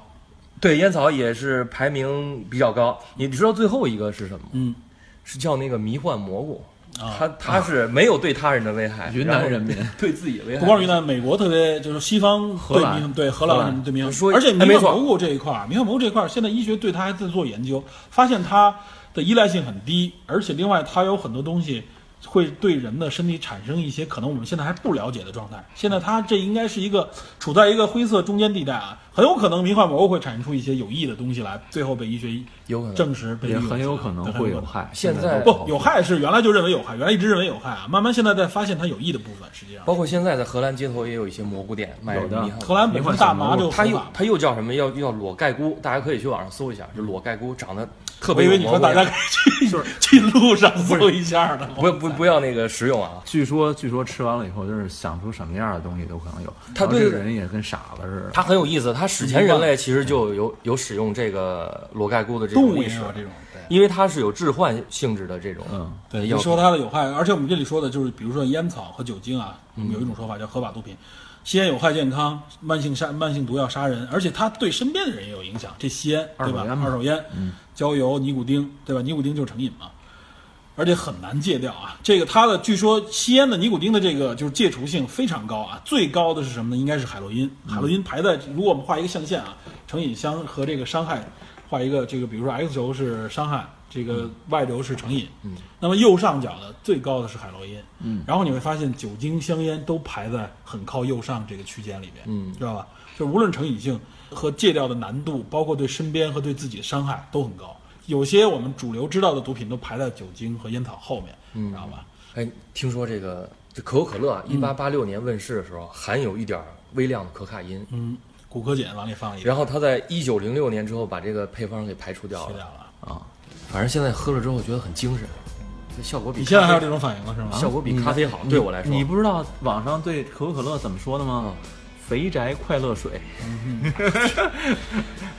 Speaker 2: 对烟草也是排名比较高。你知道最后一个是什么吗？
Speaker 3: 嗯，
Speaker 2: 是叫那个迷幻蘑菇。
Speaker 3: 啊
Speaker 2: 它它是没有对他人的危害，
Speaker 1: 云南
Speaker 2: 然后
Speaker 1: 人民
Speaker 2: 对自己的危害。
Speaker 3: 不光是云南，美国特别就是西方
Speaker 1: 荷
Speaker 3: 对
Speaker 1: 兰
Speaker 3: 迷对荷
Speaker 1: 荷
Speaker 3: 兰
Speaker 1: 兰
Speaker 3: 什么对迷幻
Speaker 2: 说
Speaker 3: 而且迷
Speaker 2: 哎没
Speaker 3: 幻
Speaker 2: 错
Speaker 3: 蘑菇这一块儿，迷幻蘑菇这一块儿，现在医学对它还在做研究，发现它的依赖性很低，而且另外它有很多东西会对人的身体产生一些可能我们现在还不了解的状态。现在它这应该是一个处在一个灰色中间地带啊，很有可能迷幻蘑菇会产生出一些有益的东西来，最后被医学
Speaker 2: 有可能
Speaker 3: 证实被
Speaker 1: 也
Speaker 3: 利用
Speaker 1: 很
Speaker 3: 起
Speaker 1: 有
Speaker 3: 来
Speaker 1: 可能
Speaker 3: 对很
Speaker 1: 会有害。哦
Speaker 2: 现
Speaker 1: 都
Speaker 2: 在
Speaker 1: 不好
Speaker 3: 不有害是原来就认为有害，原来一直认为有害啊，慢慢现在在发现它有益的部分，实际上
Speaker 2: 包括现在在荷兰街头也有一些蘑菇店卖
Speaker 1: 有的
Speaker 2: 迷幻
Speaker 3: 荷兰本身大麻就
Speaker 2: 它
Speaker 3: 合
Speaker 2: 又
Speaker 3: 法
Speaker 2: 它又叫什么？要要裸盖菇，大家可以去网上搜一下，这裸盖菇长得特
Speaker 3: 我
Speaker 2: 别
Speaker 3: 以为
Speaker 2: 有
Speaker 3: 你
Speaker 2: 蘑
Speaker 3: 说
Speaker 2: 菇
Speaker 3: 大家
Speaker 2: 样
Speaker 3: 可以去 去路上搜一下呢。
Speaker 2: 不不不要那个食用啊！
Speaker 1: 据说，据说吃完了以后，就是想出什么样的东西都可能有。
Speaker 2: 他
Speaker 1: 然后这
Speaker 2: 对
Speaker 1: 个人也跟傻子似的。
Speaker 2: 它很有意思，它史前人类其实就有有使用这个裸盖菇的这
Speaker 3: 动
Speaker 2: 种
Speaker 3: 物
Speaker 2: 历
Speaker 3: 也
Speaker 2: 史，
Speaker 3: 有这种，
Speaker 2: 因为它是有致幻性质的这种。
Speaker 1: 嗯，
Speaker 3: 对，
Speaker 2: 药
Speaker 3: 你说它的有害，而且我们这里说的就是，比如说烟草和酒精啊，我们有一种说法叫合法毒品，吸烟有害健康，慢性杀慢性毒药杀人，而且它对身边的人也有影响，这吸烟
Speaker 1: 二
Speaker 3: 对
Speaker 1: 手
Speaker 3: 吧
Speaker 1: 烟？嘛
Speaker 3: 二手烟、焦油、尼古丁对吧？尼古丁就是成瘾嘛。而且很难戒掉啊！这个它的据说吸烟的尼古丁的这个就是戒除性非常高啊，最高的是什么呢？应该是海洛因，海洛因排在如果我们画一个象限啊，成瘾相和这个伤害画一个这个，比如说 X 轴是伤害，这个 Y 轴是成瘾，嗯，那么右上角的最高的是海洛因，嗯，然后你会发现酒精、香烟都排在很靠右上这个区间里面，嗯，知道吧？就无论成瘾性和戒掉的难度，包括对身边和对自己的伤害都很高。有些我们主流知道的毒品都排在酒精和烟草后面，嗯、知道吧？
Speaker 2: 哎，听说这个这可口可乐
Speaker 3: 嗯
Speaker 2: 一八八六年问世的时候含有一点儿微量的可卡因，
Speaker 3: 嗯，骨科碱往里放了一点，
Speaker 2: 然后它在一九零六年之后把这个配方给排除掉
Speaker 3: 去
Speaker 2: 了
Speaker 3: 掉。了。
Speaker 2: 反正现在喝了之后觉得很精神，这效果比
Speaker 3: 你现在还有
Speaker 2: 咖
Speaker 3: 这种反应了是吗？
Speaker 2: 啡效果比咖啡好，对我来说。
Speaker 1: 你不知道网上对可口可乐怎么说的吗？肥宅快乐水，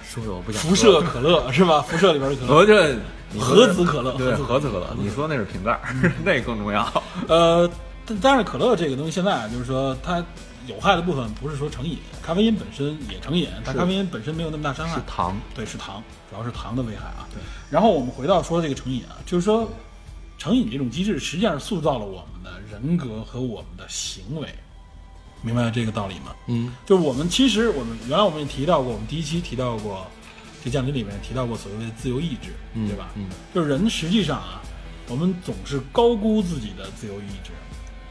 Speaker 2: 说说我不想哦
Speaker 3: 辐射可乐是 吧？辐射里边的可乐，
Speaker 1: 合 着
Speaker 3: 核子可乐，
Speaker 1: 对
Speaker 3: 核子
Speaker 1: 合子可乐，你说那是瓶盖儿， 那更重要。
Speaker 3: 呃，但但是可乐这个东西现在啊，就是说它有害的部分不是说成瘾，咖啡因本身也成瘾，但咖啡因本身没有那么大伤害
Speaker 1: 是。糖，
Speaker 3: 对，是糖，主要是糖的危害啊。对。然后我们回到说这个成瘾啊，就是说成瘾这种机制实际上塑造了我们的人格和我们的行为，明白这个道理吗？
Speaker 2: 嗯，
Speaker 3: 就是我们其实我们原来我们也提到过，我们第一期提到过，这降临里面提到过所谓的自由意志，对吧？嗯，就是人实际上啊，我们总是高估自己的自由意志。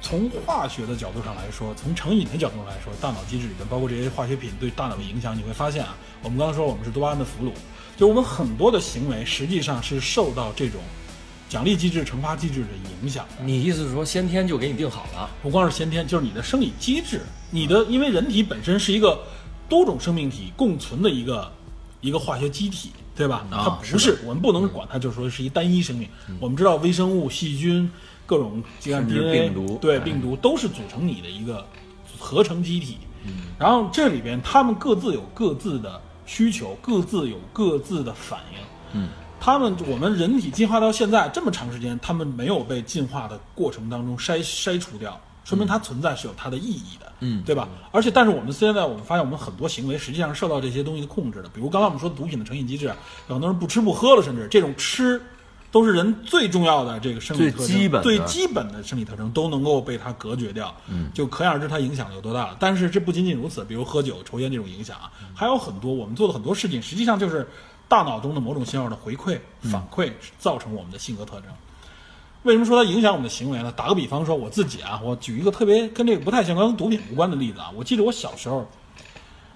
Speaker 3: 从化学的角度上来说，从成瘾的角度上来说，大脑机制里面包括这些化学品对大脑的影响，你会发现啊，我们刚刚说我们是多巴胺的俘虏，就我们很多的行为实际上是受到这种奖励机制、惩罚机制的影响的。
Speaker 2: 你意思是说先天就给你定好了？
Speaker 3: 不光是先天，就是你的生理机制，你的因为人体本身是一个多种生命体共存的一个一个化学机体，对吧？
Speaker 1: 啊
Speaker 3: 它不是，我们不
Speaker 1: 嗯
Speaker 3: 能管它，就说是一单一生命。我们知道微生物、细菌、各种这样
Speaker 1: 甚至
Speaker 3: DNA
Speaker 1: 病毒
Speaker 3: 对
Speaker 1: 嗯
Speaker 3: 病毒都是组成你的一个合成机体。
Speaker 1: 嗯
Speaker 3: 然后这里边他们各自有各自的需求，各自有各自的反应。
Speaker 1: 嗯
Speaker 3: 他们我们人体进化到现在这么长时间，他们没有被进化的过程当中筛筛除掉，说明它存在是有它的意义的，嗯，对吧？而且，但是我们现在我们发现，我们很多行为实际上是受到这些东西的控制的，比如刚才我们说的毒品的成瘾机制，有很多人不吃不喝了，甚至这种吃。都是人最重要的这个生理
Speaker 1: 最
Speaker 3: 特征，
Speaker 1: 基本的
Speaker 3: 最基本的生理特征都能够被它隔绝掉，嗯，就可想而知它影响有多大了。但是这不仅仅如此，比如喝酒、抽烟这种影响啊，还有很多我们做的很多事情，实际上就是大脑中的某种信号的回馈、反馈，造成我们的性格特征。为什么说它影响我们的行为呢？打个比方说，我自己啊，我举一个特别跟这个不太相关、跟毒品无关的例子啊，我记得我小时候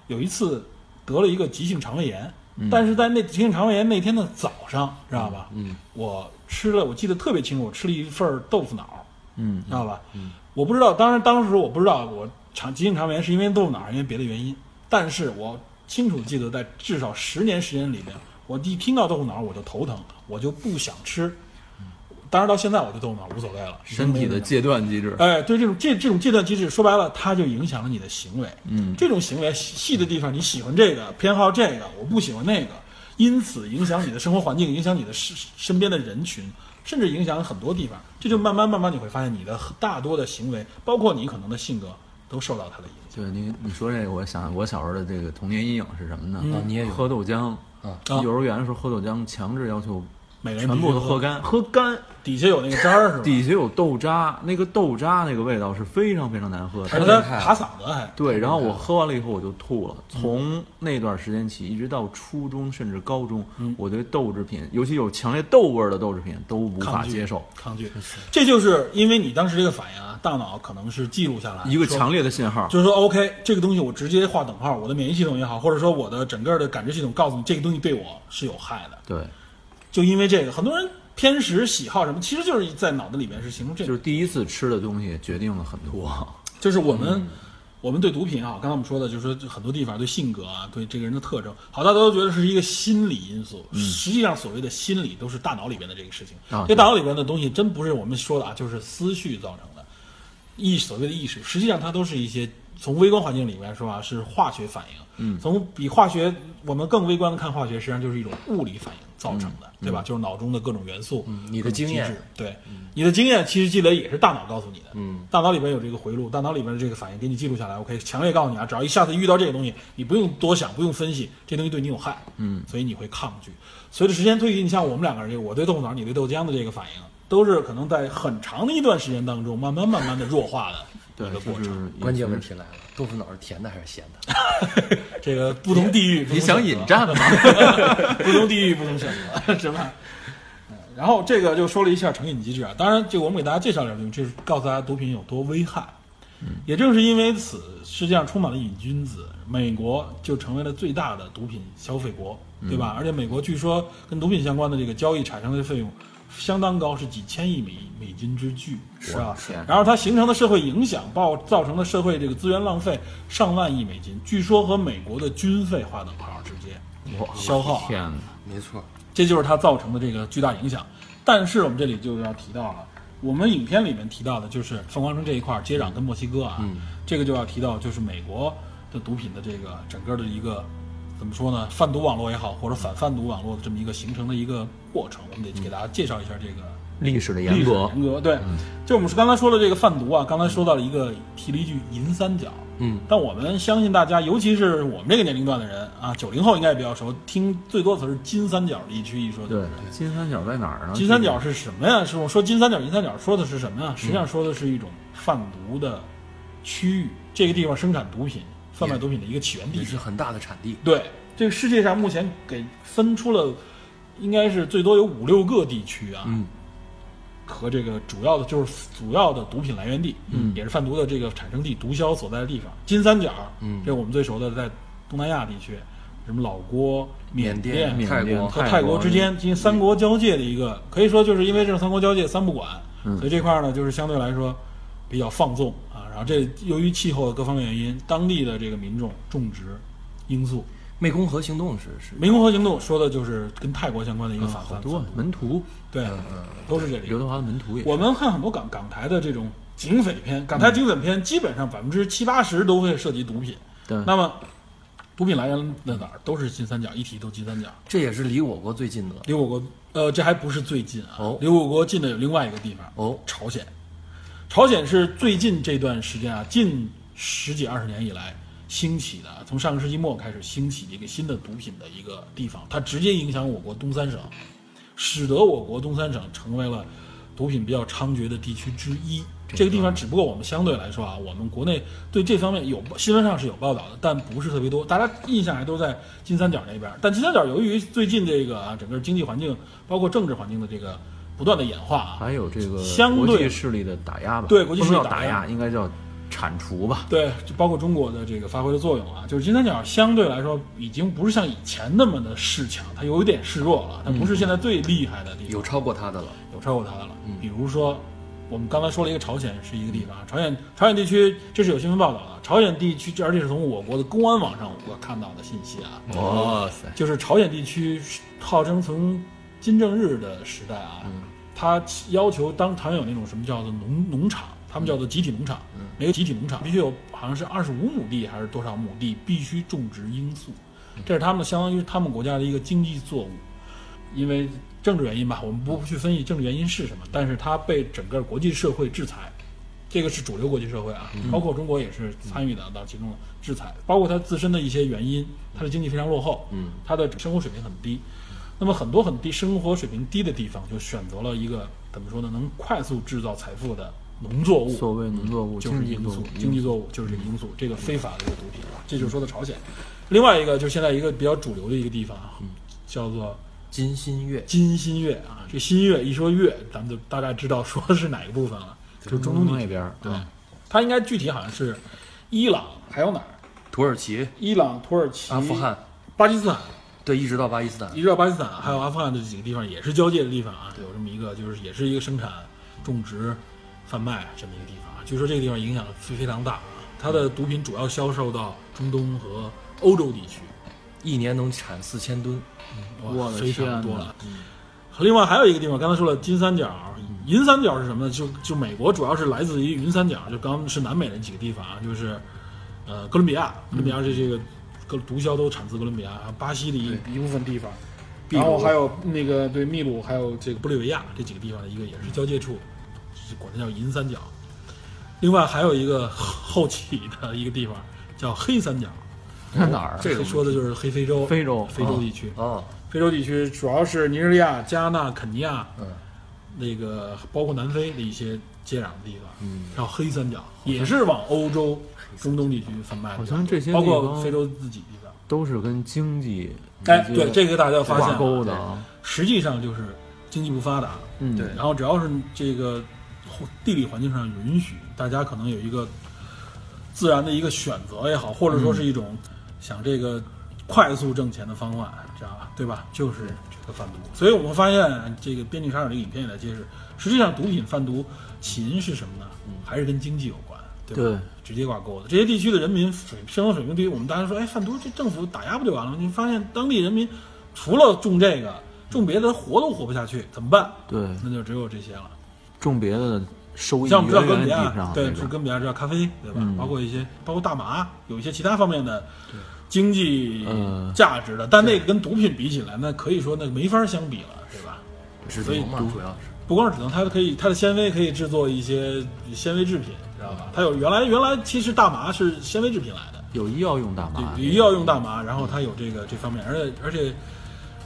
Speaker 3: 有一次得了一个急性肠胃炎，
Speaker 1: 嗯
Speaker 3: 但是在那急性肠胃炎那天的早上，知道吧？嗯，我吃了，我记得特别清楚，我吃了一份儿豆腐脑，
Speaker 1: 嗯，
Speaker 3: 知道吧？嗯，我不知道，当然当时我不知道我肠急性肠胃炎是因为豆腐脑，还是因为别的原因，但是我清楚地记得，在至少十年时间里面，我一听到豆腐脑我就头疼，我就不想吃。当然到现在我对豆腐脑无所谓了，已经
Speaker 1: 嗯身
Speaker 3: 没
Speaker 1: 体
Speaker 3: 有
Speaker 1: 的
Speaker 3: 那种
Speaker 1: 戒断机制，
Speaker 3: 哎，对这种这这种戒断机制，说白了，它就影响了你的行为。
Speaker 1: 嗯
Speaker 3: 这种行为细细的地方，你喜欢这个，偏好这个，我不喜欢那个，因此影响你的生活环境，影响你的身身边的人群，甚至影响很多地方。这就慢慢慢慢你会发现，你的大多的行为，包括你可能的性格，都受到它的影响。
Speaker 1: 对你你说这个，我想我小时候的这个童年阴影是什么呢？
Speaker 3: 嗯
Speaker 2: 啊你也有
Speaker 1: 喝豆浆，
Speaker 2: 啊
Speaker 1: 幼儿园的时候喝豆浆强制要求
Speaker 3: 每个人
Speaker 1: 全部都
Speaker 3: 必须
Speaker 1: 喝干，喝干
Speaker 3: 底下有那个渣儿是吧？
Speaker 1: 底下有豆渣，那个豆渣那个味道是非常非常难喝的。
Speaker 3: 而且它爬嗓子还。
Speaker 1: 对，然后我喝完了以后我就吐了。
Speaker 3: 嗯
Speaker 1: 从那段时间起，一直到初中甚至高中，
Speaker 3: 嗯
Speaker 1: 我对豆制品，尤其有强烈豆味儿的豆制品都无法
Speaker 3: 抗拒
Speaker 1: 接受。
Speaker 3: 抗拒，这就是因为你当时这个反应啊，大脑可能是记录下来
Speaker 1: 一个
Speaker 3: 啊说
Speaker 1: 强烈的信号，
Speaker 3: 就是说，OK，这个东西我直接划等号，我的免疫系统也好，或者说我的整个的感知系统告诉你，这个东西对我是有害的。
Speaker 1: 对，
Speaker 3: 就因为这个，很多人偏食、喜好什么，其实就是在脑子里面是形成这
Speaker 1: 就
Speaker 3: 个，
Speaker 1: 是第一次吃的东西决定了很多。
Speaker 3: 就是我们、
Speaker 2: 嗯
Speaker 3: 我们对毒品也好，啊刚才我们说的，就是说很多地方对性格啊，对这个人的特征，好大家都觉得是一个心理因素。
Speaker 2: 嗯
Speaker 3: 实际上，所谓的心理都是大脑里边的这个事情，
Speaker 1: 啊
Speaker 3: 这大脑里边的东西真不是我们说的啊，就是思绪造成的。意所谓的意识，实际上它都是一些从微观环境里面说啊，是化学反应。嗯，从比化学我们更微观的看化学，实际上就是一种物理反应造成的，对吧？就是脑中的各种元素，
Speaker 2: 嗯你的
Speaker 3: 各种机
Speaker 2: 经验
Speaker 3: 制，对，你的经验其实积累也是大脑告诉你的。嗯，大脑里边有这个回路，大脑里边的这个反应给你记录下来。OK，强烈告诉你啊，只要一下次遇到这个东西，你不用多想，不用分析，这东西对你有害。嗯，所以你会抗拒。随着时间推移，你像我们两个人，这个我对豆腐脑，你对豆浆的这个反应，都是可能在很长的一段时间当中，慢慢慢慢的弱化的
Speaker 1: 对
Speaker 3: 一个，过
Speaker 1: 就
Speaker 3: 程。
Speaker 1: 是
Speaker 2: 关键问题来了，豆腐脑是甜的还是咸的？
Speaker 3: 这个不同地域，不同
Speaker 1: 你想
Speaker 3: 选择
Speaker 1: 引战吗？
Speaker 3: 不同地域不同选择，是吧？嗯然后这个就说了一下成瘾机制啊，当然这个我们给大家介绍两句，就是告诉大家毒品有多危害。
Speaker 1: 嗯
Speaker 3: 也正是因为此，世界上充满了瘾君子，美国就成为了最大的毒品消费国，
Speaker 1: 嗯
Speaker 3: 对吧？而且美国据说跟毒品相关的这个交易产生的费用相当高，是几千亿美美金之巨，是吧
Speaker 1: 我的天？
Speaker 3: 然后它形成的社会影响，爆造成的社会这个资源浪费上万亿美金，据说和美国的军费划等号直接 消耗啊。
Speaker 1: 天哪！
Speaker 2: 没错，
Speaker 3: 这就是它造成的这个巨大影响。但是我们这里就是要提到了，我们影片里面提到的就是凤凰城这一块儿接壤跟墨西哥啊，这个就要提到就是美国的毒品的这个整个的一个怎么说呢，贩毒网络也好，或者反贩毒网络的这么一个形成的一个过程，我们得给大家介绍一下这个
Speaker 1: 历史的
Speaker 3: 历
Speaker 1: 严
Speaker 3: 史
Speaker 1: 格，
Speaker 3: 严格对，
Speaker 2: 嗯
Speaker 3: 就我们是刚才说的这个贩毒啊，刚才说到了一个提了一句银三角，
Speaker 2: 嗯，
Speaker 3: 但我们相信大家，尤其是我们这个年龄段的人啊，九零后应该也比较熟，听最多词儿金三角一区一说，
Speaker 1: 对，金三角在哪儿呢？
Speaker 3: 金三角是什么呀？是我说金三角、银三角说的是什么呀？实际
Speaker 2: 嗯
Speaker 3: 上说的是一种贩毒的区域，这个地方生产毒品、贩卖毒品的一个起源地
Speaker 2: 也。是很大的产地。
Speaker 3: 对，这个世界上目前给分出了，应该是最多有五六个地区啊，
Speaker 2: 嗯
Speaker 3: 和这个主要的就是主要的毒品来源地，
Speaker 1: 嗯
Speaker 3: 也是贩毒的这个产生地、毒枭所在的地方。金三角，
Speaker 2: 嗯
Speaker 3: 这我们最熟的在东南亚地区，什么老挝、缅
Speaker 2: 缅甸
Speaker 1: 缅
Speaker 2: 泰
Speaker 1: 甸
Speaker 2: 国
Speaker 3: 和泰国之间进行三国交界的一个，可以说就是因为这种三国交界三不管，
Speaker 1: 嗯
Speaker 3: 所以这块儿呢就是相对来说比较放纵啊。然后这由于气候各方面原因，当地的这个民众种植罂粟。
Speaker 2: 湄公河行动是是
Speaker 3: 湄公河行动说的就是跟泰国相关的一个反
Speaker 1: 嗯好
Speaker 3: 反
Speaker 1: 多嗯门徒，
Speaker 3: 对，都是这里
Speaker 1: 刘。德华的门徒也是
Speaker 3: 我们看很多港港台的这种警匪
Speaker 1: 嗯
Speaker 3: 片，港台警匪片基本上百分之七八十都会涉及毒品。
Speaker 1: 对
Speaker 3: 那么，毒品来源在哪儿？都是金三角，一提都金三角。
Speaker 2: 这也是离我国最近的了。
Speaker 3: 离我国呃，这还不是最近啊，
Speaker 2: 哦
Speaker 3: 离我国近的有另外一个地方
Speaker 2: 哦
Speaker 3: 朝鲜。朝鲜是最近这段时间啊，近十几二十年以来兴起的，从上个世纪末开始兴起的一个新的毒品的一个地方，它直接影响我国东三省，使得我国东三省成为了毒品比较猖獗的地区之一。这个地嗯方只不过我们相对来说啊，我们国内对这方面有新闻上是有报道的，但不是特别多。大家印象还都在金三角那边儿，但金三角由于最近这个啊整个经济环境，包括政治环境的这个不断的演化啊，
Speaker 1: 还有这个
Speaker 3: 相对
Speaker 1: 国际势力的打压吧，
Speaker 3: 对国际势力
Speaker 1: 不能叫
Speaker 3: 打
Speaker 1: 打
Speaker 3: 压
Speaker 1: 压，应该叫铲除吧。
Speaker 3: 对，就包括中国的这个发挥的作用啊，就是金三角相对来说已经不是像以前那么的示强，它有一点示弱了，它不是现在最厉害的地方，
Speaker 2: 有超过它的了，
Speaker 3: 有超过它的了。比如说我们刚才说了一个朝鲜是一个地方，朝鲜朝鲜地区这是有新闻报道的，啊朝鲜地区，而且是从我国的公安网上我看到的信息啊，
Speaker 2: 哇塞，
Speaker 3: 就是朝鲜地区号称从金正日的时代啊，他要求当朝鲜有那种什么叫做农农场，他们叫做集体农场，每个集体农场必须有好像是二十五亩地还是多少亩地必须种植罂粟，这是他们相当于他们国家的一个经济作物，因为政治原因吧，我们不去分析政治原因是什么，但是它被整个国际社会制裁，这个是主流国际社会啊，
Speaker 1: 嗯
Speaker 3: 包括中国也是参与的到其中的制裁，包括它自身的一些原因，它的经济非常落后，嗯，它的生活水平很低，那么很多很低生活水平低的地方就选择了一个怎么说呢，能快速制造财富的农作物，
Speaker 1: 所谓农作物、
Speaker 3: 就
Speaker 1: 经
Speaker 3: 是
Speaker 1: 济
Speaker 3: 罂
Speaker 1: 作
Speaker 3: 粟
Speaker 1: 物，，嗯
Speaker 3: 经济作物就是这个罂粟，这个非法的一个毒品啊，这就是说的朝鲜。另外一个就是现在一个比较主流的一个地方啊，
Speaker 1: 嗯
Speaker 3: 叫做
Speaker 2: 金新月
Speaker 3: 金新月啊。这新月一说月，咱们就大概知道说的是哪个部分了，就是中东地
Speaker 1: 那
Speaker 3: 区。
Speaker 1: 边儿啊
Speaker 3: 对，它应该具体好像是伊朗，还有哪儿？
Speaker 2: 土耳其、
Speaker 3: 伊朗、土耳其、
Speaker 2: 阿富汗，
Speaker 3: 巴基斯坦，
Speaker 2: 对，一直到巴基斯坦
Speaker 3: 一。直到巴基斯坦，还有阿富汗的这几个地方也是交界的地方啊，有这么一个就是也是一个生产、种植、贩卖这么一个地方啊。据说这个地方影响非非常大啊，它的毒品主要销售到中东和欧洲地区，
Speaker 2: 一年能产四千吨，
Speaker 3: 哇
Speaker 1: 我，的
Speaker 3: 非
Speaker 1: 天
Speaker 3: 常多
Speaker 1: 哪
Speaker 3: 了。嗯另外还有一个地方，刚才说了金三角、银三角是什么呢？就就美国主要是来自于云三角，就刚是南美的几个地方啊，就是呃哥伦比亚，哥伦比亚是这个哥毒枭都产自哥伦比亚，还有巴西的一一部分地方，然后还有那个对秘鲁，还有这个玻利维亚这几个地方的一个也是交界处，是管它叫银三角。另外还有一个后起的一个地方叫黑三角，
Speaker 1: 在哪儿？啊
Speaker 3: 这个说的就是黑非洲，
Speaker 1: 非洲
Speaker 3: 非洲地区。
Speaker 2: 啊，
Speaker 3: 非洲地区主要是尼日利亚、加纳、肯尼亚，
Speaker 2: 嗯，
Speaker 3: 那个包括南非的一些接壤的地方，嗯，然后黑三角也是往欧洲、中东地区贩卖的，
Speaker 1: 好像这些
Speaker 3: 包
Speaker 1: 地
Speaker 3: 括
Speaker 1: 方
Speaker 3: 非洲自己地方。
Speaker 1: 都是跟经济
Speaker 3: 哎，对，嗯这个大家要发现
Speaker 1: 挂钩
Speaker 3: 了，
Speaker 1: 的啊。
Speaker 3: 实际上就是经济不发达，
Speaker 1: 嗯，
Speaker 2: 对
Speaker 3: 然后只要是这个地理环境上允许，大家可能有一个自然的一个选择也好，或者说是一种想这个快速挣钱的方法，知道吧？对吧？就是这个贩毒。所以我们发现，这个《边境杀手》这个影片也在揭示，实际上毒品贩毒起因是什么呢？还是跟经济有关，嗯对吧？
Speaker 1: 对
Speaker 3: 直接挂钩的。这些地区的人民水生活水平低，我们大家说，哎，贩毒这政府打压不就完了吗？你发现当地人民除了种这个，种别的活都活不下去，怎么办？
Speaker 1: 对，
Speaker 3: 那就只有这些了。
Speaker 1: 种别的收益
Speaker 3: 像我们知道
Speaker 1: 远
Speaker 3: 哥伦
Speaker 1: 远
Speaker 3: 比
Speaker 1: 比不
Speaker 3: 亚
Speaker 1: 上，
Speaker 3: 对，
Speaker 1: 这
Speaker 3: 是
Speaker 1: 个
Speaker 3: 哥伦比亚知道咖啡，对吧？包括一些，包括大麻，有一些其他方面的经济
Speaker 1: 呃
Speaker 3: 价值的，但那个跟毒品比起来，那可以说那没法相比了，对吧？
Speaker 2: 只
Speaker 3: 所以
Speaker 2: 能嘛
Speaker 3: 毒
Speaker 2: 主要是
Speaker 3: 不光是止疼，它可以它的纤维可以制作一些纤维制品，知道吧？它有原来原来其实大麻是纤维制品来的，
Speaker 1: 有医药用大麻，啊
Speaker 3: 医药用大麻，然后它有这个这方面，而且而且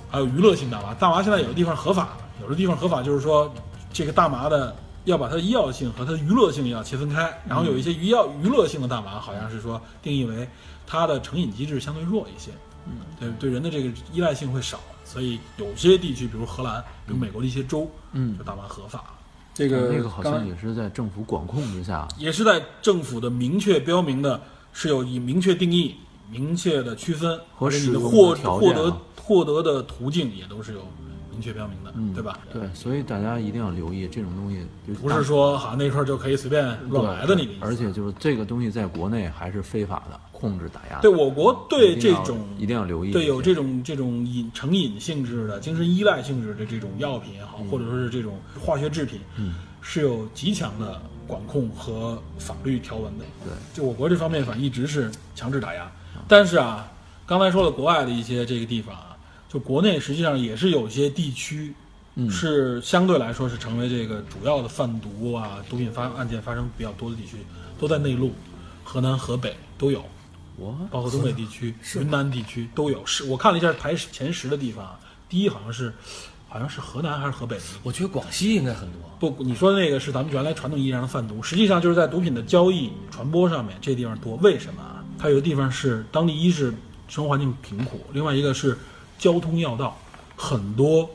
Speaker 3: 还有娱乐性大麻。大麻现在有的地方合法，有的地方合法就是说这个大麻的要把它的医药性和它的娱乐性要切分开，然后有
Speaker 1: 嗯
Speaker 3: 一些娱药娱乐性的大麻好像是说定义为它的成瘾机制相对弱一些，嗯，对对人的这个依赖性会少，所以有些地区，比如荷兰，比如美国的一些州，
Speaker 1: 嗯
Speaker 3: 就大麻合法。这
Speaker 1: 嗯那个好像也是在政府管控之下，
Speaker 3: 也是在政府的明确标明的，是有以明确定义、明确的区分
Speaker 1: 和
Speaker 3: 而且你
Speaker 1: 使
Speaker 3: 的
Speaker 1: 用的
Speaker 3: 获
Speaker 1: 条
Speaker 3: 获
Speaker 1: 件
Speaker 3: 得
Speaker 1: 啊
Speaker 3: 获得的途径也都是有明确标明的，
Speaker 1: 嗯，
Speaker 3: 对吧？
Speaker 1: 对，所以大家一定要留意这种东西，就
Speaker 3: 不是说好那块儿就可以随便
Speaker 1: 对
Speaker 3: 乱来的那个意思。
Speaker 1: 而且就是这个东西在国内还是非法的，控制打压的。
Speaker 3: 对我国对
Speaker 1: 一
Speaker 3: 这
Speaker 1: 定要
Speaker 3: 种
Speaker 1: 一定要留意些，
Speaker 3: 对有这种这种瘾成瘾性质的、精神依赖性质的这种药品也好，或者说是这种化学制品，
Speaker 1: 嗯
Speaker 3: 是有极强的管控和法律条文的。
Speaker 1: 对，
Speaker 3: 就我国这方面反正一直是强制打压，但是啊，刚才说了国外的一些这个地方啊，就国内实际上也是有些地区。
Speaker 1: 嗯
Speaker 3: 是相对来说是成为这个主要的贩毒啊、毒品发案件发生比较多的地区，都在内陆，河南、河北都有。
Speaker 1: 我
Speaker 3: 包括东北地区、云南地区都有。是我看了一下排前十的地方，啊，第一好像是好像是河南还是河北。
Speaker 2: 我觉得广西应该很多。啊
Speaker 3: 不，你说的那个是咱们原来传统意义上的贩毒，实际上就是在毒品的交易传播上面，这地方多。为什么啊？它有的地方是当地一是生活环境贫苦，另外一个是交通要道，很多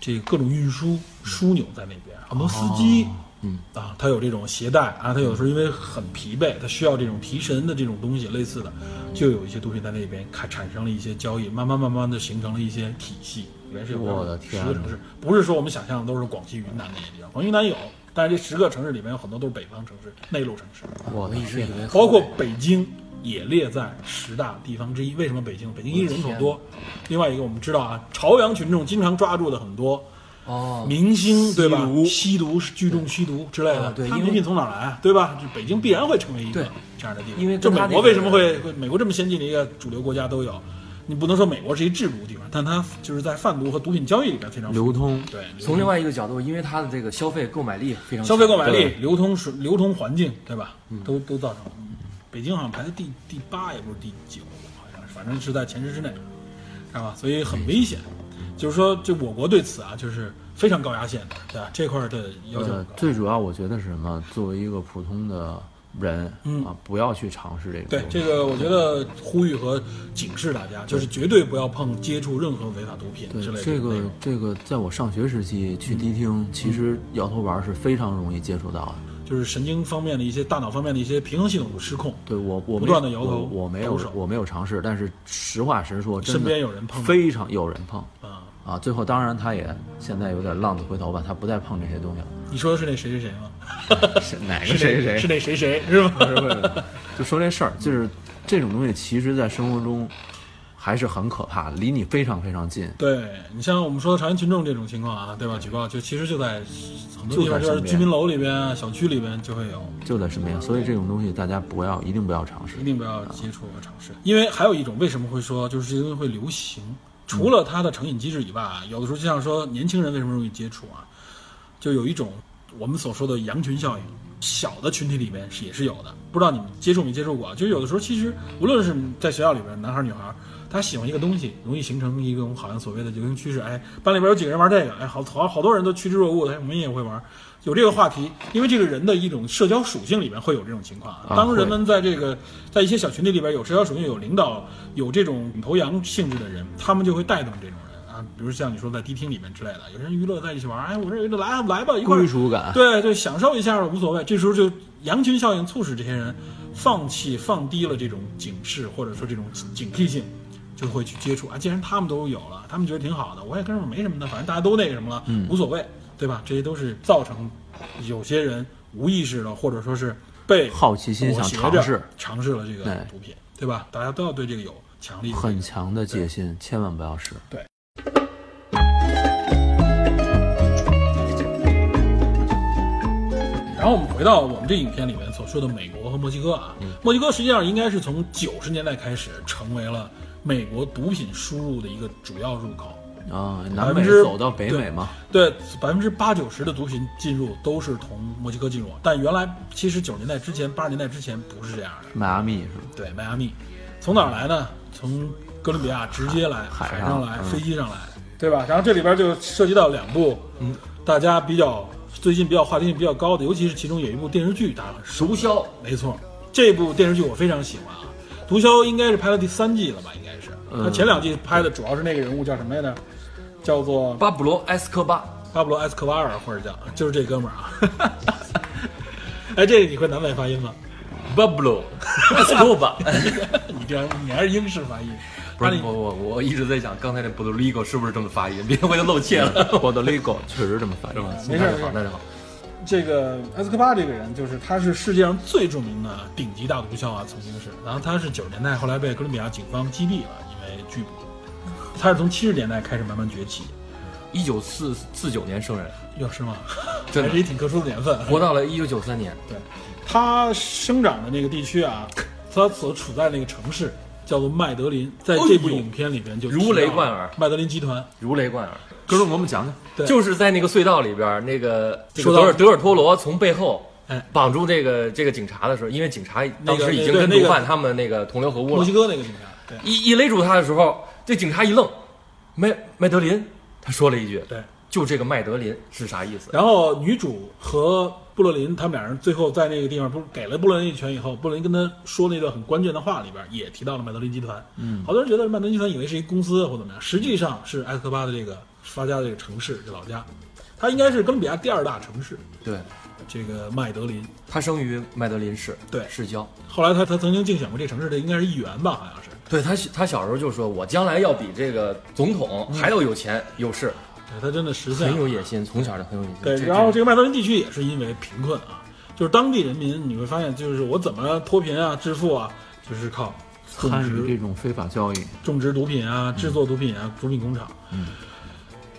Speaker 3: 这个各种运
Speaker 4: 嗯
Speaker 3: 输枢纽在那边，很多司机。
Speaker 4: 哦
Speaker 3: 嗯啊，他有这种携带啊，他有时候因为很疲惫，他需要这种提神的这种东西，类似的，就有一些毒品在那边开产生了一些交易，慢慢慢慢的形成了一些体系。也是有
Speaker 4: 我的天
Speaker 3: 十个城市，不是说我们想象的都是广西、云南那些地方，广西、云南有，但是这十个城市里面有很多都是北方城市、内陆城市，
Speaker 4: 我一直以为
Speaker 3: 包括北京也列在十大地方之一。为什么北京？北京一人口多，另外一个我们知道啊，朝阳群众经常抓住的很多
Speaker 2: 哦，
Speaker 3: 明星，对吧
Speaker 2: 毒？
Speaker 3: 吸毒、聚众吸毒之类的
Speaker 2: 啊，对
Speaker 3: 他
Speaker 2: 因
Speaker 3: 们
Speaker 2: 为
Speaker 3: 毒品从哪儿来啊？对吧？就北京必然会成为一个
Speaker 2: 对
Speaker 3: 这样的地方。
Speaker 2: 因为
Speaker 3: 就
Speaker 2: 跟
Speaker 3: 美
Speaker 2: 他
Speaker 3: 国
Speaker 2: 那个
Speaker 3: 为什么会会美国这么先进的一个主流国家都有，你不能说美国是一制毒地方，但它就是在贩毒和毒品交易里边非常
Speaker 4: 流通，
Speaker 3: 对流
Speaker 2: 从另外一个角度，因为它的这个消费购买力非常
Speaker 3: 消费购买力
Speaker 4: 对、
Speaker 3: 流通水、流通环境，对吧？都都造成了。北京好像排在第第八，也不是第九，好像是，反正是在前十之内，知道吧？所以很危险。就是说，这我国对此啊，就是非常高压线的，对吧？这块儿的要求很
Speaker 1: 呃
Speaker 3: 高，。
Speaker 1: 最主要我觉得是什么？作为一个普通的人、
Speaker 3: 嗯
Speaker 1: 啊，不要去尝试这个
Speaker 3: 对
Speaker 1: 东西。
Speaker 3: 这个，我觉得呼吁和警示大家，就是绝对不要碰、接触任何违法毒品之类的
Speaker 1: 对这
Speaker 3: 内
Speaker 1: 个
Speaker 3: 容嗯
Speaker 1: 这个，在我上学时期去迪厅，其实摇头丸是非常容易接触到的。
Speaker 3: 就是神经方面的一些、大脑方面的一些平衡系统失控。
Speaker 1: 对我我
Speaker 3: 不
Speaker 1: 没
Speaker 3: 断地摇头
Speaker 1: 我我没
Speaker 3: 抖
Speaker 1: 有
Speaker 3: 手
Speaker 1: 我没有尝试，但是实话实说，真的
Speaker 3: 身边有人碰到
Speaker 1: 非常有人碰
Speaker 3: 啊、
Speaker 1: 啊。最后当然他也现在有点浪子回头吧，他不再碰这些东西了。
Speaker 3: 你说的是那谁谁谁吗？
Speaker 1: 是哪
Speaker 3: 是那 是那谁谁是吧？
Speaker 1: 就说这事儿，就是这种东西，其实在生活中还是很可怕的，离你非常非常近。
Speaker 3: 对你像我们说的朝阳群众这种情况啊，对吧？举报就其实就在很多地方，
Speaker 1: 就在身
Speaker 3: 就是
Speaker 1: 边
Speaker 3: 居民楼里边啊、小区里边就会有，
Speaker 1: 就在身边，所以这种东西大家不要，一定不要尝试
Speaker 3: 一。定不要接触和尝试。因为还有一种为什么会说就是这些东西会流行，除了它的成瘾机制以外，啊，有的时候就像说年轻人为什么容易接触啊，就有一种我们所说的羊群效应。小的群体里面是也是有的，不知道你们接触没接触过啊？就有的时候，其实无论是在学校里边，男孩儿女孩儿，他喜欢一个东西，容易形成一种好像所谓的流行趋势。哎，班里边有几个人玩这个，哎，好好好多人都趋之若鹜的，哎，我们也会玩。有这个话题，因为这个人的一种社交属性里面会有这种情况。啊
Speaker 1: 啊
Speaker 3: 当人
Speaker 1: 会
Speaker 3: 们在这个在一些小群体里边有社交属性、有领导、有这种领头羊性质的人，他们就会带动这种人啊，比如像你说在迪厅里面之类的，有些人娱乐在一起玩，哎，我这娱乐来啊来吧，一块儿
Speaker 1: 归属感，
Speaker 3: 对对，享受一下无所谓。这时候就羊群效应促使这些人放弃、放低了这种警示或者说这种警惕性，就会去接触啊。既然他们都有了，他们觉得挺好的，我也跟着没什么的，反正大家都那个什么了，
Speaker 1: 嗯
Speaker 3: 无所谓，对吧？这些都是造成有些人无意识的，或者说是被
Speaker 1: 好奇心想
Speaker 3: 裹挟
Speaker 1: 尝
Speaker 3: 着
Speaker 1: 试，
Speaker 3: 尝试了这个
Speaker 1: 对
Speaker 3: 毒品，对吧？大家都要对这个有强烈的
Speaker 1: 很强的戒心，千万不要试。
Speaker 3: 然后我们回到我们这影片里面所说的美国和墨西哥啊，
Speaker 1: 嗯
Speaker 3: 墨西哥实际上应该是从九十年代开始成为了美国毒品输入的一个主要入口。
Speaker 1: 啊，
Speaker 3: 百
Speaker 1: 南
Speaker 3: 分
Speaker 1: 美
Speaker 3: 之
Speaker 1: 走到北美嘛，
Speaker 3: 对，百分之八九十的毒品进入都是从墨西哥进入，但原来其实九十年代之前、八十年代之前不是这样的。
Speaker 1: 迈阿密是吧？
Speaker 3: 对，迈阿密，从哪儿来呢？从哥伦比亚直接来，海
Speaker 1: 海上
Speaker 3: 上来，
Speaker 1: 嗯
Speaker 3: 飞机上来，对吧？然后这里边就涉及到两部，嗯，大家比较最近比较话题性比较高的，尤其是其中有一部电视剧，大家
Speaker 2: 毒枭
Speaker 3: 没错，这部电视剧我非常喜欢啊。毒枭应该是拍到第三季了吧？应该是，他前两季拍的主要是那个人物叫什么来着？叫做
Speaker 2: 巴布罗埃斯科巴，
Speaker 3: 巴布罗·埃斯科巴尔，或者叫就是这哥们儿啊。 哎，这个你会南美发音吗？
Speaker 2: 巴布罗埃斯科巴。
Speaker 3: 你这样你还是英式发音。
Speaker 2: 不是
Speaker 3: 那你
Speaker 2: 我我我一直在想，刚才那 Puerto Rico 是不是这么发音？别回头露怯 了。
Speaker 1: 波多黎各确实这么翻译
Speaker 2: 是。吧？
Speaker 3: 没事
Speaker 2: 嗯那
Speaker 3: 没
Speaker 2: 就
Speaker 3: 事
Speaker 2: 好，那就好。
Speaker 3: 这个埃斯科巴这个人，就是他是世界上最著名的顶级大毒枭啊，曾经是。然后他是九十年代后来被哥伦比亚警方击毙了，因为拒捕。他是从七十年代开始慢慢崛起，
Speaker 2: 一九四四九年生人，
Speaker 3: 哟，是 吗？
Speaker 2: 真的
Speaker 3: 还是一挺特殊的年份。
Speaker 2: 活到了一九九三年。
Speaker 3: 对，他生长的那个地区啊，他所处在那个城市叫做麦德林，在这部
Speaker 2: 哎呦
Speaker 3: 影片里边就
Speaker 2: 如
Speaker 3: 提到
Speaker 2: 雷贯耳
Speaker 3: 麦德林集团
Speaker 2: 如雷贯耳，
Speaker 1: 哥们，给我们讲讲，
Speaker 3: 对
Speaker 2: 就是在那个隧道里边儿，那个这个
Speaker 3: 说
Speaker 2: 德
Speaker 3: 到
Speaker 2: 尔德尔托罗从背后
Speaker 3: 哎
Speaker 2: 绑住这个这个警察的时候，因为警察
Speaker 3: 那个
Speaker 2: 当时已经
Speaker 3: 对
Speaker 2: 跟
Speaker 3: 那个
Speaker 2: 毒贩他们那个同流合污
Speaker 3: 墨
Speaker 2: 了
Speaker 3: 西，哥那个警察。对
Speaker 2: 一一勒住他的时候，这警察一愣，麦麦德林，他说了一句，
Speaker 3: 对，
Speaker 2: 就这个麦德林是啥意思？
Speaker 3: 然后女主和布洛林他们俩人最后在那个地方不是给了布洛林一拳以后，布洛林跟他说那段很关键的话里边也提到了麦德林集团。嗯，好多人觉得麦德林集团以为是一公司或怎么样，实际上是埃斯科巴的这个发家的这个城市，这老家，它应该是哥伦比亚第二大城市，
Speaker 2: 对，
Speaker 3: 这个麦德林。
Speaker 2: 他生于麦德林市，
Speaker 3: 对
Speaker 2: 市郊，
Speaker 3: 后来他他曾经竞选过这城市的应该是议员吧，好像是。
Speaker 2: 对他小，他小时候就说：“我将来要比这个总统还要有钱有势。
Speaker 3: 嗯对他真的实”现
Speaker 2: 很
Speaker 3: 了。
Speaker 2: 有野心，从小就很有野心。
Speaker 3: 对，
Speaker 2: 嗯这
Speaker 3: 然后这个麦哲伦地区也是因为贫困啊，就是当地人民你会发现，就是我怎么脱贫啊、致富啊，就是靠种
Speaker 1: 参与这嗯
Speaker 3: 植
Speaker 1: 种非法交易，
Speaker 3: 种植毒品啊、制作毒品啊、毒品工厂。
Speaker 1: 嗯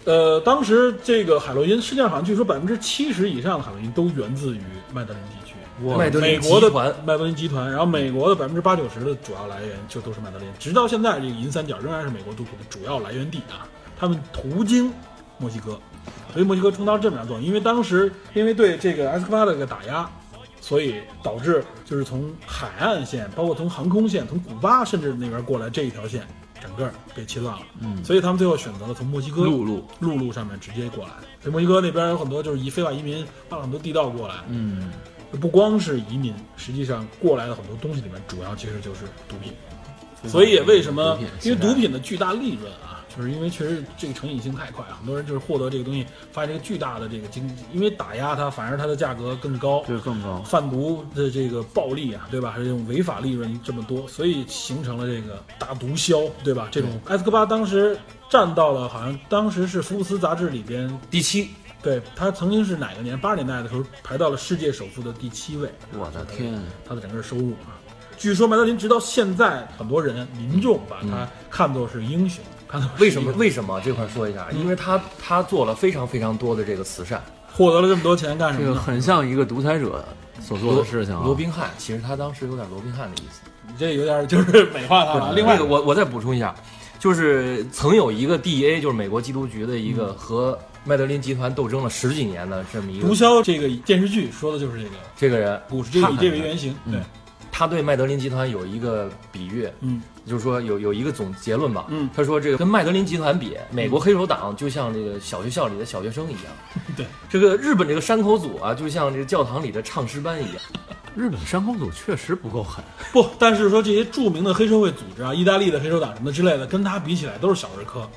Speaker 3: 呃，当时这个海洛因，世界上好像据说百分之七十以上的海洛因都源自于麦德林地区。
Speaker 2: 麦德
Speaker 3: 美
Speaker 2: 林
Speaker 3: 国
Speaker 2: 集
Speaker 3: 的
Speaker 2: 团
Speaker 3: 麦德林集团，然后美国的百分之八九十的主要来源就都是麦德林，直到现在，这个银三角仍然是美国毒品的主要来源地啊。他们途经墨西哥，所以墨西哥充当这么样作用，因为当时因为对这个埃斯科巴的这个打压，所以导致就是从海岸线，包括从航空线，从古巴甚至那边过来这一条线，整个被切断了。嗯，所以他们最后选择了从墨西哥
Speaker 1: 陆路
Speaker 3: 陆路上面直接过来。所以墨西哥那边有很多就是移非法移民，放了很多地道过来。
Speaker 1: 嗯，
Speaker 3: 不光是移民，实际上过来的很多东西里面，主要其实就是毒品。所以也为什么
Speaker 1: 毒品，
Speaker 3: 因为
Speaker 1: 现在
Speaker 3: 毒品的巨大利润啊，就是因为确实这个成瘾性太快，很多人就是获得这个东西，发现这个巨大的这个经济，因为打压它，反而它的价格更高。
Speaker 1: 这更高。
Speaker 3: 贩毒的这个暴利啊，对吧？还有这种违法利润这么多，所以形成了这个大毒枭，对吧？这种埃斯科巴当时占到了，好像当时是《福布斯》杂志里边
Speaker 2: 第七，
Speaker 3: 对他曾经是哪个年八十年代的时候排到了世界首富的第七位，
Speaker 1: 我的天，
Speaker 3: 他的整个收入啊。据说麦德林直到现在，很多人民众把他看作是英雄，看作是
Speaker 2: 嗯为什么
Speaker 3: 一个嗯
Speaker 2: 为什么这块儿说一下？因为他他做了非常非常多的这个慈善，
Speaker 3: 获得了这么多钱干什
Speaker 1: 这
Speaker 3: 么
Speaker 1: 个
Speaker 3: 呢？
Speaker 1: 很像一个独裁者所做
Speaker 2: 罗
Speaker 1: 的事情啊。
Speaker 2: 罗宾汉，其实他当时有点罗宾汉的意思。
Speaker 3: 你这有点就是美化他啊了。另外
Speaker 2: 那个，我我再补充一下，就是曾有一个 DEA，就是美国缉毒局的一
Speaker 3: 嗯
Speaker 2: 个和麦德林集团斗争了十几年的这么一
Speaker 3: 毒
Speaker 2: 个
Speaker 3: 枭这个电视剧说的就是这个
Speaker 2: 这个人，
Speaker 3: 故事，这个以这为原型。
Speaker 2: 嗯
Speaker 3: 对，
Speaker 2: 他对麦德林集团有一个比喻，
Speaker 3: 嗯，
Speaker 2: 就是说有有一个总结论吧，
Speaker 3: 嗯
Speaker 2: 他说这个跟麦德林集团比，美国黑手党就像这个小学校里的小学生一样，
Speaker 3: 对，
Speaker 2: 这个日本这个山口组啊，就像这个教堂里的唱诗班
Speaker 3: 嗯
Speaker 2: 一样，
Speaker 1: 日本山口组确实不够狠，
Speaker 3: 不，但是说这些著名的黑社会组织啊，意大利的黑手党什么之类的，跟他比起来都是小儿科。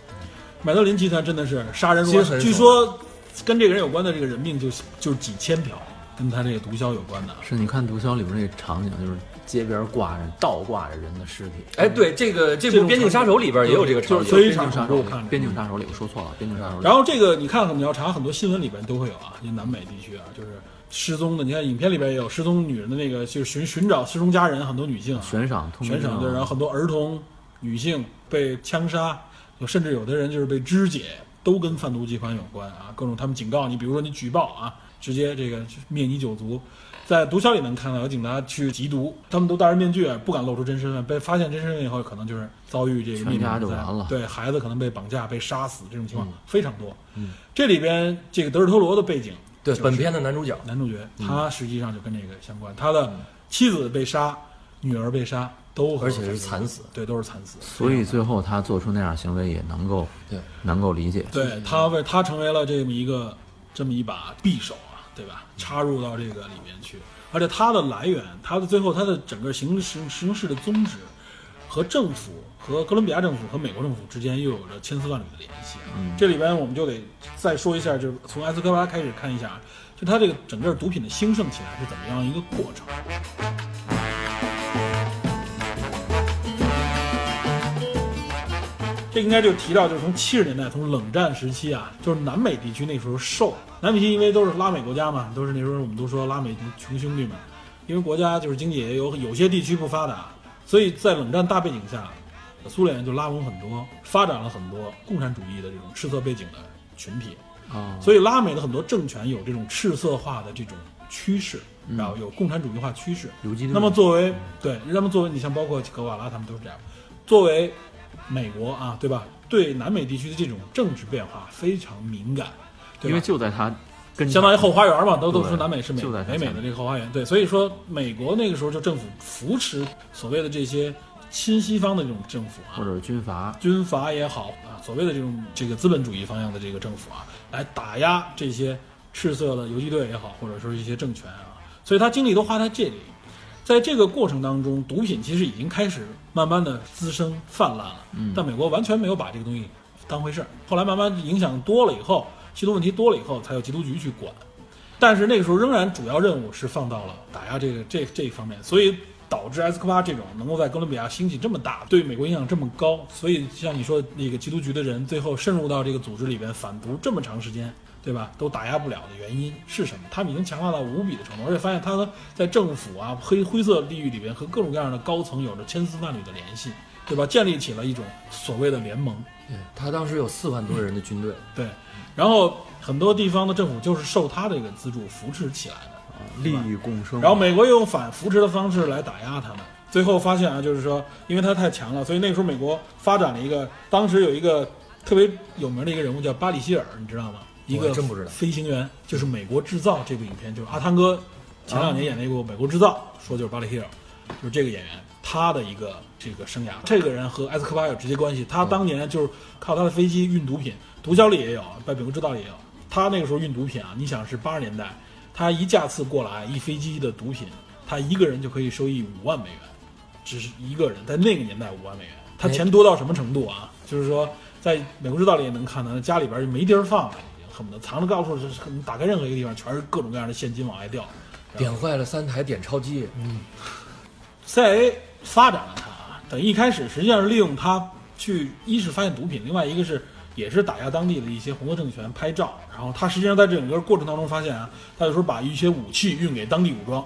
Speaker 3: 麦德林集团真的是杀人如麻
Speaker 2: 精神
Speaker 3: 据
Speaker 2: 手
Speaker 3: 说跟这个人有关的这个人命就就是几千条，跟他这个毒枭有关的。
Speaker 1: 是你看《毒枭》里边那个场景，就是街边挂着倒挂着人的尸体。
Speaker 2: 哎，对，这个
Speaker 3: 这
Speaker 2: 这部
Speaker 3: 种
Speaker 2: 《边境杀手》里边也有这个场景，
Speaker 3: 就是非常
Speaker 1: 常
Speaker 3: 常
Speaker 1: 杀
Speaker 3: 我
Speaker 1: 手
Speaker 3: 看着，
Speaker 1: 边境杀手里我说错了，边境杀手里。
Speaker 3: 然后这个你看看，你要查很多新闻里边都会有啊，因为南美地区啊，就是失踪的。你看影片里边也有失踪女人的那个，就是寻寻找失踪家人，很多女性啊，
Speaker 1: 悬赏通
Speaker 3: 悬赏对，然后很多儿童、女性被枪杀，有甚至有的人就是被肢解，都跟贩毒集团有关啊。各种他们警告你，比如说你举报啊，直接这个灭你九族。在毒枭里能看到有警察去缉毒，他们都戴着面具，啊不敢露出真身份。被发现真身份以后，可能就是遭遇这个
Speaker 1: 全
Speaker 3: 灭
Speaker 1: 家
Speaker 3: 门
Speaker 1: 就
Speaker 3: 灾
Speaker 1: 完了
Speaker 3: 对孩子可能被绑架、被杀死这种情况、非常多。嗯，这里边这个德尔托罗的背景，
Speaker 2: 对
Speaker 3: 就是
Speaker 2: 本片的男主角，
Speaker 3: 男主角，
Speaker 2: 嗯
Speaker 3: 他实际上就跟这个相关。他的妻子被杀，女儿被杀，都和
Speaker 2: 而且是惨死嗯
Speaker 3: 对，都是惨死。
Speaker 1: 所以最后他做出那样行为也能够
Speaker 2: 对
Speaker 1: 能够理解。
Speaker 3: 对他为他成为了这么一个这么一把匕首啊，对吧？插入到这个里面去，而且他的来源，他的最后他的整个行行行事的宗旨和政府和哥伦比亚政府和美国政府之间又有着千丝万缕的联系啊。
Speaker 2: 嗯
Speaker 3: 这里边我们就得再说一下，就是从埃斯科巴开始看一下，就他这个整个毒品的兴盛起来是怎么样一个过程。这应该就提到，就是从七十年代，从冷战时期啊，就是南美地区那时候受南美地区，因为都是拉美国家嘛，都是那时候我们都说拉美穷兄弟们，因为国家就是经济也有有些地区不发达，所以在冷战大背景下，苏联就拉拢很多，发展了很多共产主义的这种赤色背景的群体，
Speaker 1: 哦，
Speaker 3: 所以拉美的很多政权有这种赤色化的这种趋势，然后有共产主义化趋势。
Speaker 1: 游击队
Speaker 3: 那么作为对，那么作为你像包括格瓦拉他们都是这样，作为美国啊，对吧？对南美地区的这种政治变化非常敏感，对
Speaker 1: 因
Speaker 3: 吧
Speaker 1: 为就在他跟
Speaker 3: 相当于后花园嘛，都都说
Speaker 1: 对
Speaker 3: 南美是美
Speaker 1: 就在它
Speaker 3: 美美
Speaker 1: 前
Speaker 3: 的
Speaker 1: 面
Speaker 3: 这个后花园，对，所以说美国那个时候就政府扶持所谓的这些亲西方的这种政府啊，
Speaker 1: 或者是军阀，
Speaker 3: 军阀也好啊，所谓的这种这个资本主义方向的这个政府啊，来打压这些赤色的游击队也好，或者说一些政权啊，所以他精力都花在这里。在这个过程当中，毒品其实已经开始慢慢的滋生泛滥了，但美国完全没有把这个东西当回事儿。后来慢慢影响多了以后，吸毒问题多了以后，才有缉毒局去管。但是那个时候仍然主要任务是放到了打压这个这这一方面，所以导致埃斯科巴这种能够在哥伦比亚兴起这么大，对美国影响这么高，所以像你说那个缉毒局的人最后渗入到这个组织里边反毒这么长时间，对吧？都打压不了的原因是什么？他们已经强大到无比的程度，而且发现他在政府啊黑灰色地域里边和各种各样的高层有着千丝万缕的联系，对吧？建立起了一种所谓的联盟，
Speaker 2: 对他当时有四万多人的军队，
Speaker 3: 对。然后很多地方的政府就是受他这个资助扶持起来的。
Speaker 2: 啊
Speaker 1: 利益共生。
Speaker 3: 然后美国又用反扶持的方式来打压他们。最后发现啊，就是说，因为他太强了，所以那时候美国发展了一个，当时有一个特别有名的一个人物叫巴里希尔，你知道吗？一
Speaker 2: 我
Speaker 3: 个
Speaker 2: 还真不知道
Speaker 3: 飞行员，就是《美国制造》这部影片，就是阿汤哥前两
Speaker 2: 啊
Speaker 3: 年演那部《美国制造》，说就是巴里希尔，就是这个演员他的一个这个生涯。这个人和埃斯科巴有直接关系，他当年就是靠他的飞机运毒品，毒枭里也有，在《美国制造》里也有。他那个时候运毒品啊，你想是八十年代，他一架次过来一飞机的毒品，他一个人就可以收益五万美元，只是一个人，在那个年代五万美元，他钱多到什么程度啊？就是说，在美国制造里也能看到，家里边就没地儿放了，已经恨不得藏着到处，就是恨不得打开任何一个地方全是各种各样的现金往外掉。
Speaker 2: 点坏了三台点钞机，嗯
Speaker 3: CIA 发展了他啊，等于一开始实际上是利用他去，一是发现毒品，另外一个是也是打压当地的一些红色政权拍照，然后他实际上在这整个过程当中发现啊，他有时候把一些武器运给当地武装，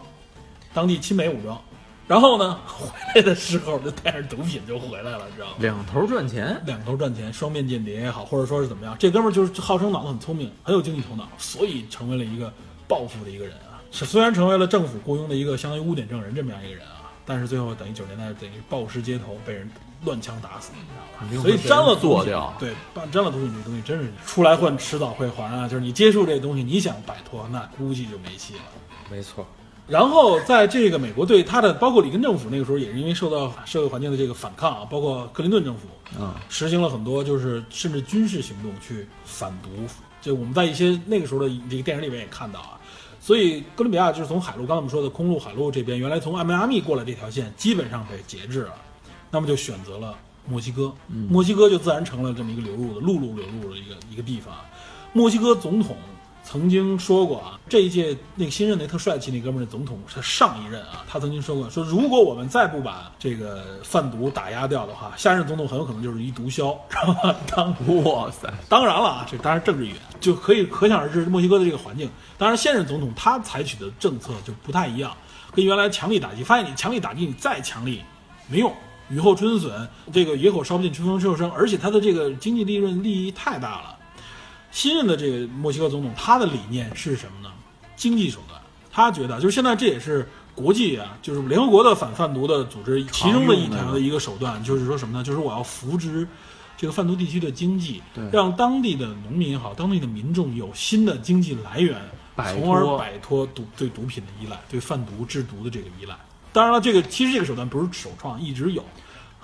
Speaker 3: 当地亲美武装，然后呢回来的时候就带着毒品就回来了，知道吗？
Speaker 1: 两头赚钱，
Speaker 3: 两头赚钱，双面间谍也好，或者说是怎么样，这哥们儿就是号称脑子很聪明，很有经济头脑，所以成为了一个暴富的一个人啊。是虽然成为了政府雇佣的一个相当于污点证人这么样一个人啊，但是最后等于九十年代等于暴尸街头被人乱枪打死，你知道吧？所以沾了毒品
Speaker 1: 做掉
Speaker 3: 对，沾沾了毒品这东西真是出来混，迟早会还啊。就是你接触这东西，你想摆脱，那估计就没戏了。
Speaker 2: 没错，
Speaker 3: 然后在这个美国对他的，包括里根政府那个时候也是因为受到社会环境的这个反抗啊，包括克林顿政府，
Speaker 1: 啊，
Speaker 3: 实行了很多就是甚至军事行动去反毒，就我们在一些那个时候的这个电影里面也看到啊。所以哥伦比亚就是从海陆，刚才我们说的空路、海陆这边，原来从迈阿密过来这条线基本上被节制了，那么就选择了墨西哥，墨西哥就自然成了这么一个流入的陆路流入的一个一个地方。墨西哥总统曾经说过啊，这一届那个新任那特帅气那哥们儿的总统，他上一任啊，他曾经说过，说如果我们再不把这个贩毒打压掉的话，下任总统很有可能就是一毒枭，知道吗？当
Speaker 1: 哇塞，
Speaker 3: 当然了啊，这当然政治语言就可以可想而知墨西哥的这个环境。当然，现任总统他采取的政策就不太一样，跟原来强力打击。发现你强力打击，你再强力没用，雨后春笋，这个野火烧不尽，春风吹又生。而且他的这个经济利润利益太大了。新任的这个墨西哥总统，他的理念是什么呢？经济手段。他觉得，就是现在这也是国际啊，就是联合国的反贩毒的组织其中的一条的一个手段，就是说什么呢？就是我要扶植这个贩毒地区的经济
Speaker 1: 对，
Speaker 3: 让当地的农民也好，当地的民众有新的经济来源，
Speaker 1: 摆脱
Speaker 3: 从而摆脱毒对毒品的依赖，对贩毒制毒的这个依赖。当然了，这个其实这个手段不是首创，一直有。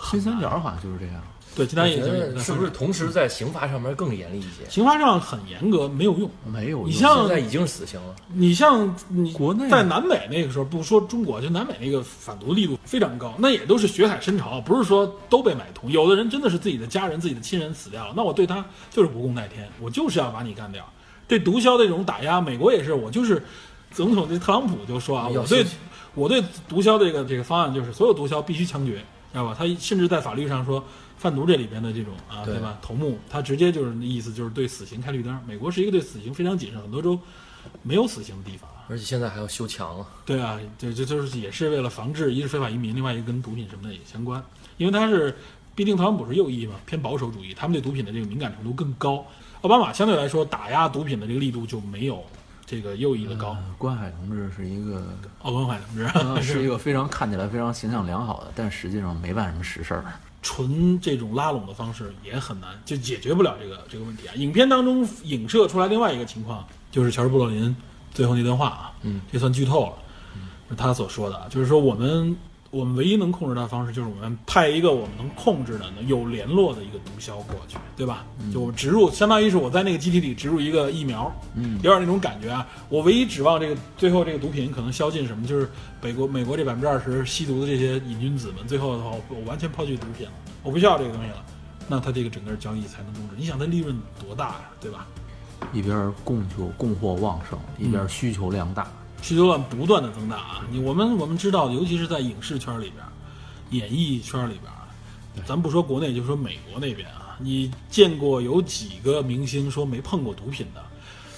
Speaker 1: 新三角好像就是这样。
Speaker 3: 对，其他
Speaker 2: 那
Speaker 3: 也
Speaker 2: 觉
Speaker 3: 有
Speaker 2: 得。是不是同时在刑罚上面更严厉一些？
Speaker 3: 刑罚上很严格，没有用。
Speaker 1: 没有
Speaker 3: 你
Speaker 1: 用
Speaker 3: 像
Speaker 2: 现在已经是死刑了，
Speaker 3: 你像你
Speaker 1: 国内
Speaker 3: 在南美那个时候，不说中国，就南美那个反毒力度非常高，那也都是血海深仇，不是说都被买通。有的人真的是自己的家人、自己的亲人死掉了，那我对他就是不共戴天，我就是要把你干掉。对毒枭的这种打压，美国也是，我就是总统这特朗普就说啊，
Speaker 2: 要
Speaker 3: 我对
Speaker 2: 信
Speaker 3: 我对毒枭这个这个方案就是所有毒枭必须枪决，知道吧？他甚至在法律上说。贩毒这里边的这种啊，
Speaker 2: 对
Speaker 3: 对吧？头目，他直接就是意思就是对死刑开绿灯。美国是一个对死刑非常谨慎，很多州没有死刑的地方啊。
Speaker 2: 而且现在还要修墙了。
Speaker 3: 对啊，对，这就是也是为了防治，一是非法移民，另外一个跟毒品什么的也相关，因为他是，毕竟特朗普是右翼嘛，偏保守主义，他们对毒品的这个敏感程度更高。奥巴马相对来说打压毒品的这个力度就没有这个右翼的高。
Speaker 1: 呃关海同志是一个，
Speaker 3: 奥本海同
Speaker 1: 呃
Speaker 3: 志
Speaker 1: 是一个非常看起来非常形象良好的，但实际上没办什么实事儿。
Speaker 3: 纯这种拉拢的方式也很难，就解决不了这个这个问题啊。影片当中影射出来另外一个情况，就是乔治·布洛林最后那段话啊，嗯，这算剧透了，是他所说的啊，就是说我们我们唯一能控制他的方式，就是我们派一个我们能控制的、能有联络的一个毒枭过去，对吧？就我植入，相当于是我在那个机体里植入一个疫苗，嗯，有点那种感觉啊。我唯一指望这个最后这个毒品可能宵禁什么，就是美国美国这百分之二十吸毒的这些瘾君子们，最后的话我我完全抛弃毒品了，我不需要这个东西了，那他这个整个交易才能终止。你想他利润多大呀、对吧？嗯
Speaker 1: 一边供求供货旺盛，一边需求量大，
Speaker 3: 需求量不断的增大啊。你我们我们知道，尤其是在影视圈里边儿、演艺圈里边儿啊，咱不说国内，就说美国那边啊，你见过有几个明星说没碰过毒品的？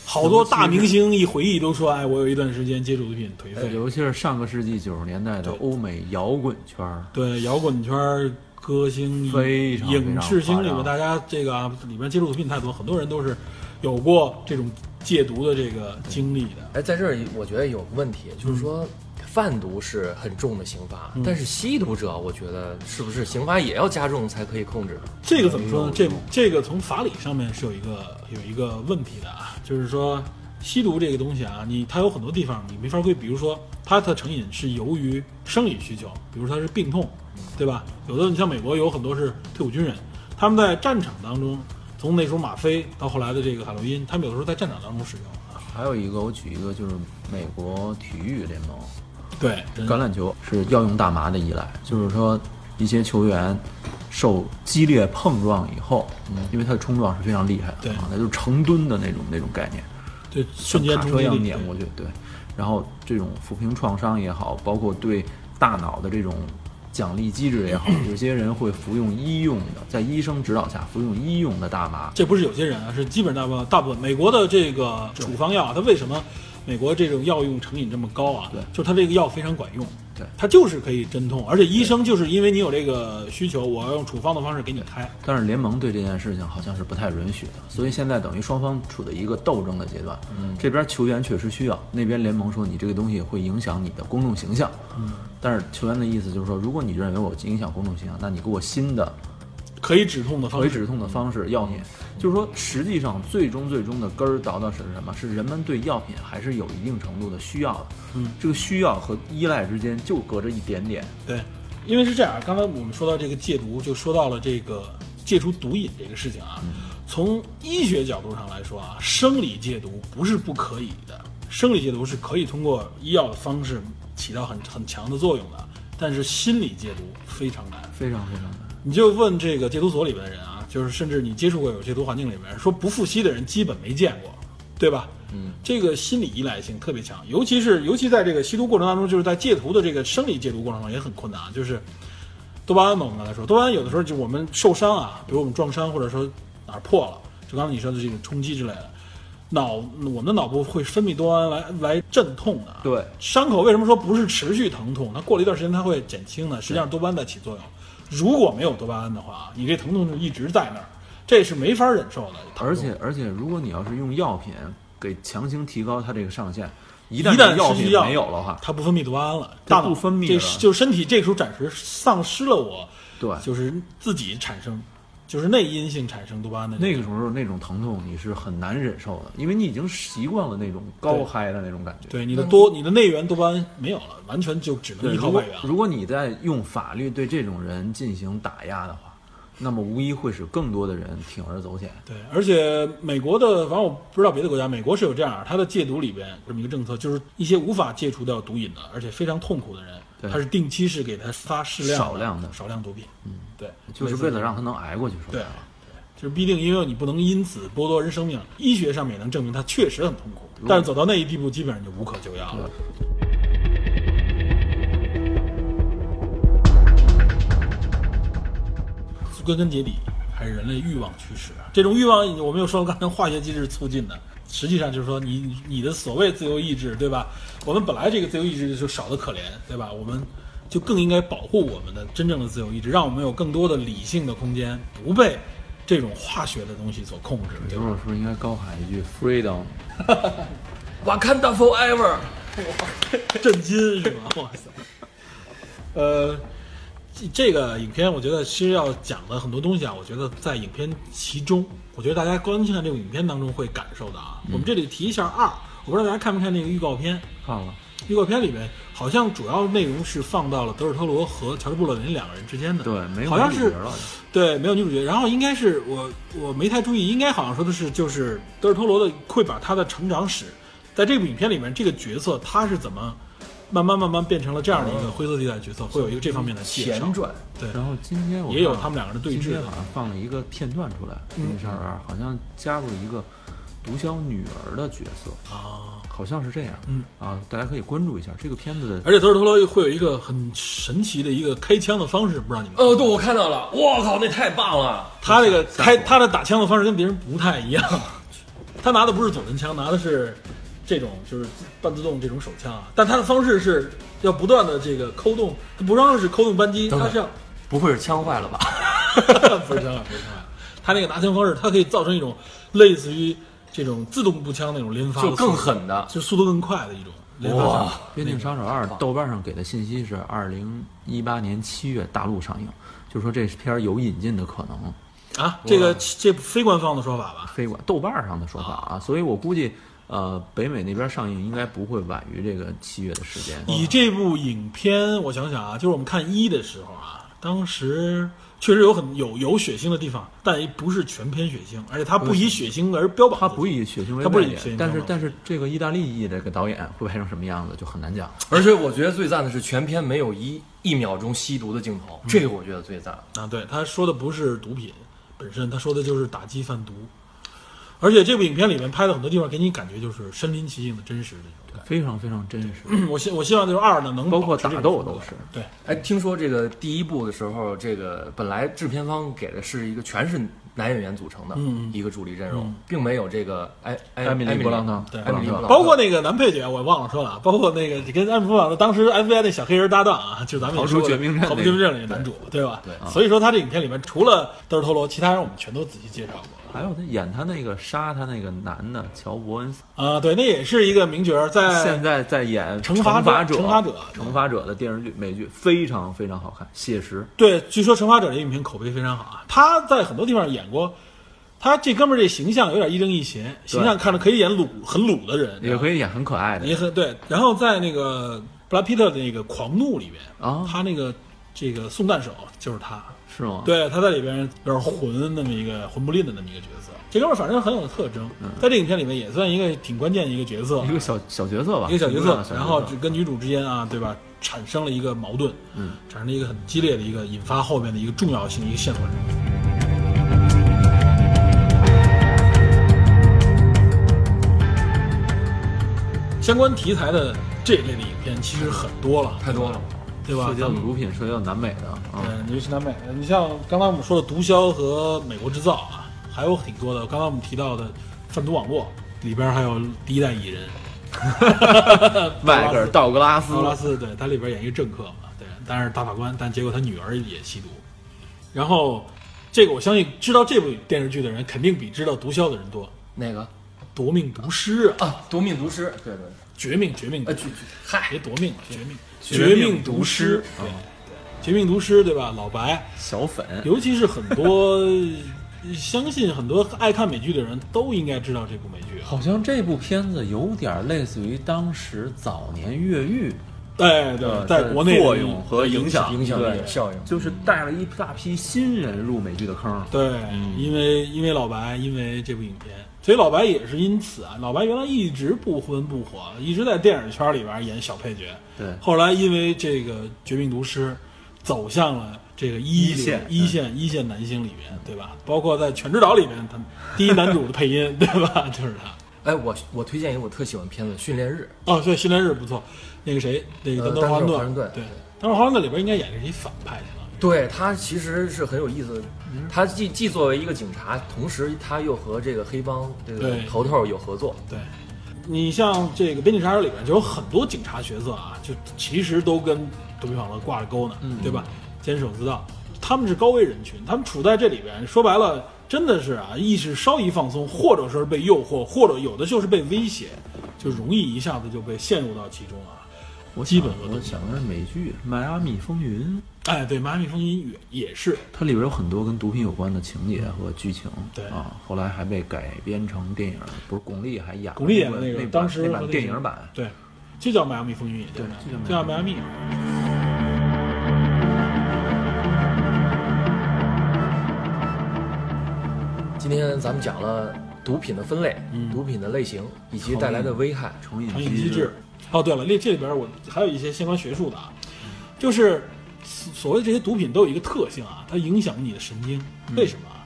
Speaker 3: 好多大明星一回忆都说，哎，我有一段时间接触毒品颓废。
Speaker 1: 尤其哎是上个世纪九十年代的
Speaker 3: 哎对
Speaker 1: 欧美摇滚圈儿，
Speaker 3: 对摇滚圈儿、歌星、
Speaker 1: 非常
Speaker 3: 影视
Speaker 1: 非常
Speaker 3: 星里面，
Speaker 1: 夸张
Speaker 3: 大家这个啊里面接触毒品太多，很多人都是有过这种戒毒的这个经历的。
Speaker 2: 哎，在这儿我觉得有个问题，
Speaker 3: 嗯
Speaker 2: 就是说贩毒是很重的刑罚，但是吸毒者，我觉得是不是刑罚也要加重才可以控制呢？
Speaker 3: 这个怎么说
Speaker 1: 嗯
Speaker 3: 呢？这这个从法理上面是有一个有一个问题的啊，就是说吸毒这个东西啊，你它有很多地方你没法归，比如说它的成瘾是由于生理需求，比如说它是病痛，
Speaker 1: 嗯
Speaker 3: 对吧？有的你像美国有很多是退伍军人，他们在战场当中，从那时候吗啡到后来的这个海洛因，他们有的时候在战场当中使用啊。
Speaker 1: 还有一个我举一个就是美国体育联盟，
Speaker 3: 对，人
Speaker 1: 橄榄球是药用大麻的依赖，就是说一些球员受激烈碰撞以后，嗯因为它的冲撞是非常厉害的
Speaker 3: 对
Speaker 1: 啊，它就是成吨的那种那种概念，
Speaker 3: 对瞬间
Speaker 1: 卡
Speaker 3: 冲
Speaker 1: 车
Speaker 3: 击
Speaker 1: 一样
Speaker 3: 力
Speaker 1: 碾过去，对。然后这种抚平创伤也好，包括对大脑的这种奖励机制也好，有些人会服用医用的，在医生指导下服用医用的大麻，
Speaker 3: 这不是有些人啊，是基本大部分大部分美国的这个处方药啊，它为什么美国这种药用成瘾这么高啊？
Speaker 1: 对
Speaker 3: 就它这个药非常管用，
Speaker 1: 对
Speaker 3: 它就是可以镇痛，而且医生就是因为你有这个需求，我要用处方的方式给你开。
Speaker 1: 但是联盟对这件事情好像是不太允许的，所以现在等于双方处在一个斗争的阶段。嗯，这边球员确实需要，那边联盟说你这个东西会影响你的公众形象。嗯，但是球员的意思就是说，如果你认为我影响公众形象，那你给我新的
Speaker 3: 可以止痛的
Speaker 1: 可
Speaker 3: 方
Speaker 1: 以
Speaker 3: 式，
Speaker 1: 止痛的方式，药品。就是说，实际上最终最终的根儿倒到是什么？是人们对药品还是有一定程度的需要的。嗯，这个需要和依赖之间就隔着一点点。
Speaker 3: 对，因为是这样，刚才我们说到这个戒毒，就说到了这个戒除毒瘾这个事情啊。从医学角度上来说啊，生理戒毒不是不可以的，生理戒毒是可以通过医药的方式起到很很强的作用的，但是心理戒毒非常难。
Speaker 1: 非常非常难。
Speaker 3: 你就问这个戒毒所里边的人啊，就是甚至你接触过有戒毒环境里面，说不复吸的人基本没见过，对吧？嗯，这个心理依赖性特别强，尤其是尤其在这个吸毒过程当中，就是在戒毒的这个生理戒毒过程中也很困难，啊就是多巴胺嘛，我们刚才说，多巴胺有的时候就我们受伤啊，比如我们撞伤或者说哪儿破了，就刚才你说的这种冲击之类的，脑我们的脑部会分泌多巴胺来来镇痛的啊，
Speaker 1: 对
Speaker 3: 伤口为什么说不是持续疼痛？它过了一段时间它会减轻呢？实际上多巴胺在起作用。如果没有多巴胺的话，你这疼痛就一直在那儿，这是没法忍受的。疼痛
Speaker 1: 而且而且，如果你要是用药品给强行提高它这个上限，一
Speaker 3: 一旦
Speaker 1: 这药
Speaker 3: 失
Speaker 1: 品
Speaker 3: 去药
Speaker 1: 没有了话，
Speaker 3: 它不分泌多巴胺了，
Speaker 1: 它
Speaker 3: 大脑
Speaker 1: 不分泌
Speaker 3: 这
Speaker 1: 了
Speaker 3: 是就身体这时候暂时丧失了我，
Speaker 1: 对
Speaker 3: 就是自己产生，就是内因性产生多巴胺的
Speaker 1: 那个时候那种疼痛你是很难忍受的，因为你已经习惯了那种高
Speaker 3: 对
Speaker 1: 嗨的那种感觉。
Speaker 3: 对你的多你的内源多巴胺没有了，完全就只能
Speaker 1: 对，
Speaker 3: 依靠
Speaker 1: 如果
Speaker 3: 外源了。
Speaker 1: 如果你在用法律对这种人进行打压的话，那么无疑会使更多的人铤而走险。
Speaker 3: 对，而且美国的，反正我不知道别的国家，美国是有这样，它的戒毒里边这么一个政策，就是一些无法戒除掉毒瘾的，而且非常痛苦的人，
Speaker 1: 对
Speaker 3: 他是定期是给他发适量
Speaker 1: 少量的
Speaker 3: 少量毒品，嗯，对，
Speaker 1: 就是为了让他能挨过去，说白
Speaker 3: 对
Speaker 1: 了。，
Speaker 3: 就是必定，因为你不能因此剥夺人生命，医学上面也能证明他确实很痛苦，但是走到那一地步，基本上就无可救药了。归根结底，还是人类欲望驱使。啊这种欲望，我们又说了，刚才化学机制促进的，实际上就是说你你的所谓自由意志，对吧？我们本来这个自由意志就少得可怜，对吧？我们就更应该保护我们的真正的自由意志，让我们有更多的理性的空间，不被这种化学的东西所控制，对
Speaker 1: 刘
Speaker 3: 吧？
Speaker 1: 老师应该高喊一句 “freedom”，
Speaker 2: Wakanda forever。
Speaker 3: 震惊是 吗？哇塞！呃，这这个影片我觉得其实要讲的很多东西啊，我觉得在影片其中，我觉得大家观看这个影片当中会感受的啊。
Speaker 1: 嗯
Speaker 3: 我们这里提一下二，我不知道大家看没看那个预告片，
Speaker 1: 看了
Speaker 3: 预告片里面好像主要内容是放到了德尔托罗和乔治布洛林两个人之间的，
Speaker 1: 对，没有
Speaker 3: 好像
Speaker 1: 女
Speaker 3: 是
Speaker 1: 角了。
Speaker 3: 对，没有女主角。然后应该是我我没太注意，应该好像说的是就是德尔托罗的会把他的成长史，在这部影片里面这个角色他是怎么慢慢慢慢变成了这样的一个灰色地带角色，会有一个这方面的介绍
Speaker 2: 哦前。传，
Speaker 3: 对，
Speaker 1: 然后今天我
Speaker 3: 也有
Speaker 1: 看
Speaker 3: 他们两个人对峙
Speaker 1: 今
Speaker 3: 的嗯
Speaker 1: 啊天好像放了一个片段出来，《零十二》好像加入一个毒枭女儿的角色，
Speaker 3: 啊。
Speaker 1: 好像是这样。
Speaker 3: 嗯
Speaker 1: 啊，大家可以关注一下这个片子的。
Speaker 3: 而且德尔托罗会有一个很神奇的一个开枪的方式，不知道你们
Speaker 2: 哦，对，我看到了，我靠，那太棒了！
Speaker 3: 他这个开他的打枪的方式跟别人不太一样， 他拿的不是左轮枪，拿的是这种就是半自动这种手枪啊，但他的方式是要不断的这个扣动，它不光是扣动扳机，
Speaker 2: 等
Speaker 3: 他
Speaker 2: 等
Speaker 3: 是要
Speaker 2: 不会是枪坏了吧？
Speaker 3: 不是枪啊，不是枪啊，他那个拿枪方式，它可以造成一种类似于这种自动步枪那种连发，
Speaker 2: 就更，狠的，
Speaker 3: 就速度更快的一种连发
Speaker 2: 哇
Speaker 3: 枪。
Speaker 1: 《边境杀手二》豆瓣上给的信息是二零一八年七月大陆上映，就说这片儿有引进的可能，
Speaker 3: 啊，这个这非官方的说法吧，
Speaker 1: 非管豆瓣上的说法啊，所以我估计，呃，北美那边上映应该不会晚于这个七月的时间。
Speaker 3: 以这部影片，我想想啊，就是我们看一的时候啊，当时确实有很有有血腥的地方，但也不是全篇血腥，而且它不以血腥而标榜自
Speaker 1: 他
Speaker 3: 己，
Speaker 1: 不以血腥为
Speaker 3: 它不
Speaker 1: 卖
Speaker 3: 以血腥为
Speaker 1: 点，但是
Speaker 3: 卖点
Speaker 1: 但是这个意大利裔的这个导演会拍成什么样子就很难讲。
Speaker 2: 而且我觉得最赞的是全片没有一一秒钟吸毒的镜头，
Speaker 3: 嗯
Speaker 2: 这个我觉得最赞。
Speaker 3: 啊，对，他说的不是毒品本身，他说的就是打击贩毒，而且这部影片里面拍的很多地方给你感觉就是身临其境的真实的那种。
Speaker 1: 非常非常真实，
Speaker 3: 我希我希望就是二呢能
Speaker 1: 包括
Speaker 3: 保嗯持这
Speaker 1: 打
Speaker 3: 种
Speaker 1: 斗
Speaker 3: 风格
Speaker 1: 都是
Speaker 3: 对，
Speaker 2: 哎，听说这个第一部的时候，这个本来制片方给的是一个全是男演员组成的一个主力阵容，并没有这个哎埃埃
Speaker 1: 艾米丽
Speaker 2: 埃
Speaker 1: 勃朗特
Speaker 3: 对
Speaker 2: 艾米丽勃朗特，
Speaker 3: 包括那个男配角，我忘了说了，啊，包括那个跟安普朗的当时 FBI 那小黑人搭档啊，就咱们也
Speaker 1: 逃出
Speaker 3: 说过
Speaker 1: 绝命镇
Speaker 3: 逃出
Speaker 1: 那
Speaker 3: 绝
Speaker 1: 个
Speaker 3: 命镇里的男主，对吧？对，所以说他这影片里面除了德尔托罗，其他人我们全都仔细介绍过
Speaker 1: 还有他演他那个杀他那个男的乔伯恩斯，
Speaker 3: 啊。对，那也是一个名角儿，在
Speaker 1: 现在在演
Speaker 3: 惩
Speaker 1: 哎惩
Speaker 3: 罚
Speaker 1: 罚
Speaker 3: 者
Speaker 1: 者
Speaker 3: 惩罚者
Speaker 1: 惩罚者的电视剧美剧非常非常好看，写实。
Speaker 3: 对，据说《惩罚者》这影片口碑非常好啊，他在很多地方演过。他这哥们儿这形象有点亦正亦邪，形象看着可以演鲁很鲁的人，啊
Speaker 1: 也可以演很可爱的
Speaker 3: 也很对。然后在那个布拉皮特的那个《狂怒》里边，
Speaker 1: 啊
Speaker 3: 他那个这个送弹手就是他，
Speaker 1: 是吗？，
Speaker 3: 对，他在里边有点混那么一个混不吝的那么一个角色。这哥们儿反正很有特征，在这影片里面也算一个挺关键的一个角色，
Speaker 1: 一个小小角色吧，
Speaker 3: 嗯一个小角
Speaker 1: 挺重要
Speaker 3: 色
Speaker 1: 的。
Speaker 3: 然后就跟女主之间啊，对吧，产生了一个矛盾，嗯，产生了一个很激烈的一个引发后面的一个重要性的一个线索。相关题材的这一类的影片其实很多了，
Speaker 2: 太多了，
Speaker 3: 对吧？
Speaker 1: 涉及到毒品，涉及到南美的啊，
Speaker 3: 嗯，尤其南美，你像刚才我们说的毒枭和美国制造啊，还有挺多的。刚才我们提到的贩毒网络里边还有第一代蚁 人，
Speaker 1: 迈克尔·道格拉斯
Speaker 3: 奥拉斯，对他里边演一个政客嘛，对，但是大法官，但结果他女儿也吸毒。然后，这个我相信知道这部电视剧的人肯定比知道毒枭的人多，
Speaker 2: 那个
Speaker 3: 夺命毒师啊，
Speaker 2: 啊，夺命毒师，对对，
Speaker 3: 绝命绝命毒
Speaker 2: 呃，
Speaker 3: 师
Speaker 2: 去去，嗨，
Speaker 3: 别夺命了，绝命
Speaker 2: 绝
Speaker 3: 命
Speaker 2: 命
Speaker 3: 毒
Speaker 2: 毒
Speaker 3: 师
Speaker 2: 师，
Speaker 3: 对对，绝命毒师对吧？老白，
Speaker 1: 小 粉，
Speaker 3: 尤其是很多 相信很多爱看美剧的人都应该知道这部美剧啊。
Speaker 1: 好像这部片子有点类似于当时早年越狱
Speaker 3: 哎对对，
Speaker 1: 的
Speaker 3: 在国内的
Speaker 1: 呃作用和影响，
Speaker 2: 影响力
Speaker 1: 对
Speaker 2: 效应
Speaker 1: 就是带了一大批新人入美剧的坑。
Speaker 3: 对，
Speaker 1: 嗯
Speaker 3: 因为因为老白，因为这部影片，所以老白也是因此啊。老白原来一直不温不火，一直在电影圈里边演小配角。
Speaker 1: 对
Speaker 3: 后来因为这个《绝命毒师》，走向了这个一
Speaker 1: 一
Speaker 3: 流
Speaker 1: 线嗯
Speaker 3: 一线一线男星里面，对吧？包括在《全职岛》里面，他第一男主的配音，对吧？就是他。
Speaker 2: 哎，我我推荐一个我特喜欢的片子《训练日
Speaker 3: 哦，对，《新连日》不错，那个谁，那个
Speaker 2: 呃
Speaker 3: 丹泽华盛
Speaker 2: 丹泽华盛顿
Speaker 3: 对
Speaker 2: 对，
Speaker 3: 丹泽华盛顿里边应该演的是一啊反派去了。》，
Speaker 2: 对它其实是很有意思的，它既既作为一个警察，同时它又和这个黑帮这个
Speaker 3: 对
Speaker 2: 头头有合作，
Speaker 3: 对，你像这个《边境杀手》里面就有很多警察角色啊，就其实都跟毒品网络挂着钩呢，对吧？坚守自盗，他们是高危人群，他们处在这里边，说白了，真的是啊，意识稍一放松，或者说是被诱惑，或者有的就是被威胁，就容易一下子就被陷入到其中啊。
Speaker 1: 我
Speaker 3: 基本
Speaker 1: 想
Speaker 3: 我都
Speaker 1: 我想的是美剧《迈阿密风云》，
Speaker 3: 哎，对，《迈阿密风云》也也是，
Speaker 1: 它里边有很多跟毒品有关的情节和剧情，
Speaker 3: 对
Speaker 1: 啊，后来还被改编成电影，不是巩俐还演了
Speaker 3: 巩俐演的
Speaker 1: 那
Speaker 3: 那
Speaker 1: 个
Speaker 3: 个，
Speaker 1: 版
Speaker 3: 当时
Speaker 1: 那
Speaker 3: 和那
Speaker 1: 版
Speaker 3: 个
Speaker 1: 电影版，
Speaker 3: 对，就叫《迈阿密风云》，也叫
Speaker 1: 对
Speaker 3: 迈阿密
Speaker 1: 就叫
Speaker 3: 就叫《迈阿密》。
Speaker 2: 今天咱们讲了毒品的分类、毒品的类型以及带来的危害。
Speaker 1: 成瘾
Speaker 3: 成瘾机制。哦，对了，这这里边我还有一些相关学术的啊，就是嗯所所谓这些毒品都有一个特性啊，它影响你的神经，为什么啊？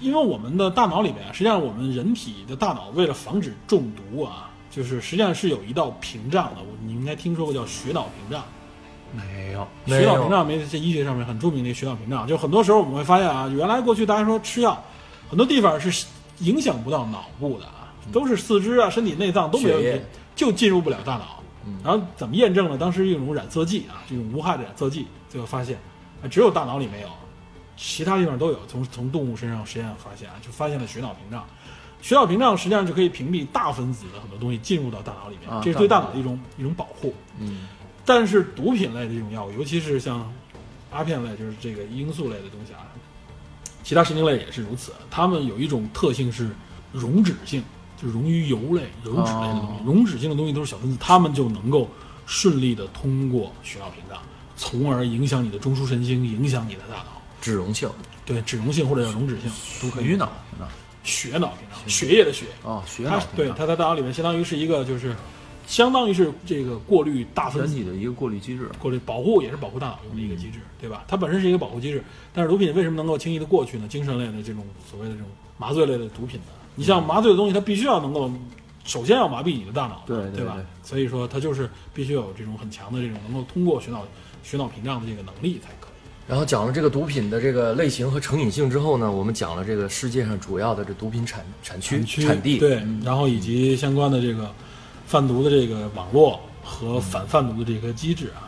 Speaker 3: 因为我们的大脑里面啊，实际上我们人体的大脑为了防止中毒啊，就是实际上是有一道屏障的，我你应该听说过叫血脑屏障。
Speaker 1: 没有，
Speaker 3: 血脑屏障没在医学上面很著名的一个血脑屏障，就很多时候我们会发现啊，原来过去大家说吃药，很多地方是影响不到脑部的啊，都是四肢啊、身体内脏都没有问
Speaker 2: 血
Speaker 3: 题
Speaker 2: 液，
Speaker 3: 就进入不了大脑。然后怎么验证呢？当时用一种染色剂啊，这种无害的染色剂，最后发现啊，只有大脑里没有，其他地方都有。从从动物身上实验发现啊，就发现了血脑屏障。血脑屏障实际上就可以屏蔽大分子的很多东西进入到大脑里面，
Speaker 1: 啊
Speaker 3: 这是对大
Speaker 1: 大
Speaker 3: 脑
Speaker 1: 脑
Speaker 3: 的一种一种保护。
Speaker 1: 嗯，
Speaker 3: 但是毒品类的这种药物，尤其是像阿片类，就是这个罂粟类的东西啊，其他神经类也是如此。它们有一种特性是溶脂性，就溶于油类、油脂类的东西。溶脂性的东西都是小分子，它们就能够顺利的通过血脑屏障，从而影响你的中枢神经，影响你的大脑。
Speaker 2: 脂溶性，
Speaker 3: 对脂溶性或者叫溶脂性都可以。
Speaker 1: 鱼脑屏障
Speaker 3: 血脑屏障，血液的血，啊
Speaker 1: 哦，血
Speaker 3: 它
Speaker 1: 脑屏
Speaker 3: 对
Speaker 1: 障，
Speaker 3: 它在大脑里面相当于是一个就是，相当于是这个过滤大分
Speaker 1: 人
Speaker 3: 子
Speaker 1: 体的一个过滤机制。
Speaker 3: 过滤保护也是保护大脑用的一个机制，对吧？它本身是一个保护机制，但是毒品为什么能够轻易的过去呢？精神类的这种所谓的这种麻醉类的毒品呢？你像麻醉的东西，它必须要能够首先要麻痹你的大脑嘛，
Speaker 1: 对对
Speaker 3: 吧
Speaker 1: 对？
Speaker 3: 所以说它就是必须要有这种很强的这种能够通过血脑血脑屏障的这个能力才可以。
Speaker 2: 然后讲了这个毒品的这个类型和成瘾性之后呢，我们讲了这个世界上主要的这毒品产产区、嗯产地。，
Speaker 3: 对，然后以及相关的这个贩毒的这个网络
Speaker 2: 嗯
Speaker 3: 和反贩毒的这个机制啊，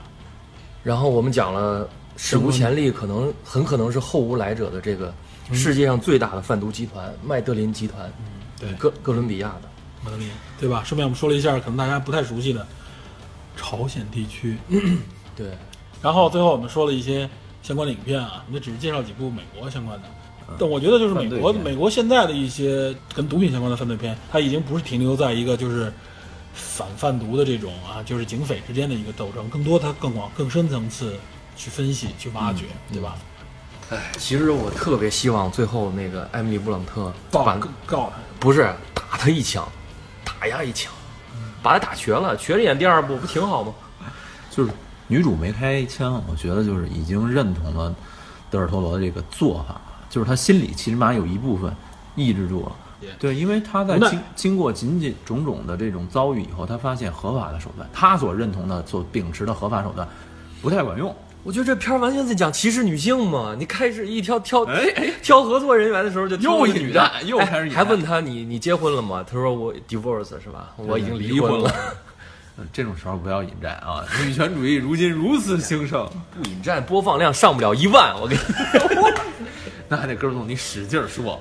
Speaker 2: 然后我们讲了史无前例，可能很可能是后无来者的这个世界上最大的贩毒集团——麦德林集团，
Speaker 3: 对，
Speaker 2: 哥哥伦比亚的。
Speaker 3: 马德林，对吧？顺便我们说了一下可能大家不太熟悉的朝鲜地区。
Speaker 2: 对，
Speaker 3: 然后最后我们说了一些相关的影片啊，我们就只是介绍几部美国相关的。但我觉得就是美国，
Speaker 1: 嗯犯罪片
Speaker 3: 美国现在的一些跟毒品相关的犯罪片，它已经不是停留在一个就是反贩毒的这种啊，就是警匪之间的一个斗争，更多它更往更深层次去分析、去挖掘，
Speaker 1: 嗯
Speaker 3: 对吧？
Speaker 2: 哎其实我特别希望最后那个艾米丽·布朗特
Speaker 1: 嗯
Speaker 3: 告
Speaker 2: 把
Speaker 3: 告他，
Speaker 2: 不是打他一枪，打压一枪，把他打瘸了，瘸着演第二部不挺好吗？
Speaker 1: 就是女主没开枪，我觉得就是已经认同了德尔托罗的这个做法，就是他心里起码有一部分抑制住了
Speaker 3: Yeah。
Speaker 1: 对，因为他在
Speaker 3: 无奈
Speaker 1: 经经过仅仅种种的这种遭遇以后，他发现合法的手段，他所认同的、所秉持的合法手段，不太管用。
Speaker 2: 我觉得这片儿完全在讲歧视女性嘛！你开始一挑挑
Speaker 1: 哎哎
Speaker 2: 挑合作人员的时候就挑
Speaker 1: 又
Speaker 2: 一个
Speaker 1: 引
Speaker 2: 女的
Speaker 1: 战，又
Speaker 2: 哎
Speaker 1: 开始引
Speaker 2: 还
Speaker 1: 战
Speaker 2: 问他你你结婚了吗？他说我 divorce 是吧？我已经
Speaker 1: 离
Speaker 2: 离
Speaker 1: 婚
Speaker 2: 了。
Speaker 1: 呃这种时候不要引战啊！女权主义如今如此兴 盛，
Speaker 2: 不引战播放量上不了一万，我跟你
Speaker 1: 那还得哥们总你使劲儿说。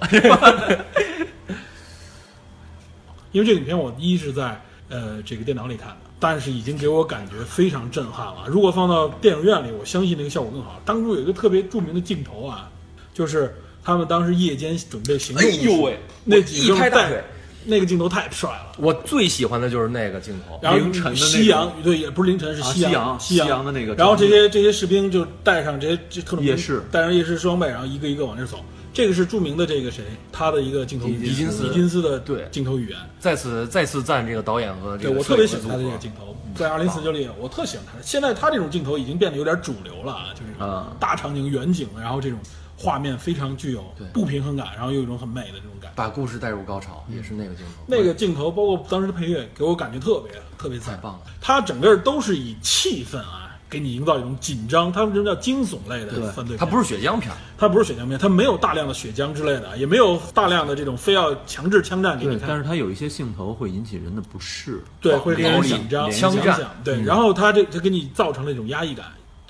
Speaker 3: 因为这个影片我一是在呃这个电脑里看的，但是已经给我感觉非常震撼了。如果放到电影院里，我相信那个效果更好。当初有一个特别著名的镜头啊，就是他们当时夜间准备行动的时候，
Speaker 2: 哎呦喂
Speaker 3: 那几个
Speaker 2: 一拍大腿
Speaker 3: 带那个镜头太帅了。
Speaker 2: 我最喜欢的就是那个镜头。
Speaker 3: 然后
Speaker 1: 凌晨的那种
Speaker 3: 夕阳，对，也不是凌晨，是
Speaker 1: 啊
Speaker 3: 夕
Speaker 1: 夕阳
Speaker 3: 夕阳
Speaker 1: 夕阳的那个
Speaker 3: 然后这些这些士兵就带上这些这特种兵
Speaker 1: 夜视
Speaker 3: 带上夜视装备，然后一个一个往那儿走。这个是著名的这个谁，他的一个镜头语言，
Speaker 2: 狄金斯
Speaker 3: 狄金斯的
Speaker 2: 对
Speaker 3: 镜头语言。
Speaker 2: 再次再次赞这个导演和这
Speaker 3: 对，
Speaker 2: 个啊
Speaker 3: 我特别喜欢他的这个
Speaker 2: 摄
Speaker 3: 镜
Speaker 2: 影
Speaker 3: 头，在二零四九里，我特喜欢他。现在他这种镜头已经变得有点主流了啊，就是
Speaker 1: 啊
Speaker 3: 大场景、远景，然后这种画面非常具有
Speaker 2: 对
Speaker 3: 不平衡感，然后又有一种很美的这种感觉。
Speaker 2: 把故事带入高潮，也是那个镜头。
Speaker 3: 那个镜头包括当时的配乐，给我感觉特别特别
Speaker 2: 太
Speaker 3: 赞。
Speaker 2: 棒了！
Speaker 3: 它整个都是以气氛啊，给你营造一种紧张。它为什么叫惊悚类的犯罪片？
Speaker 2: 它不是血浆片儿，
Speaker 3: 它不是血浆片，它没有大量的血浆之类的，也没有大量的这种非要强制枪战给你
Speaker 1: 对，
Speaker 3: 看。
Speaker 1: 但是它有一些镜头会引起人的不适。
Speaker 3: 对，会令人
Speaker 1: 联
Speaker 3: 紧张，
Speaker 1: 联
Speaker 2: 想
Speaker 3: 想
Speaker 2: 战
Speaker 3: 想对，然后他这他给你造成了一种压抑感。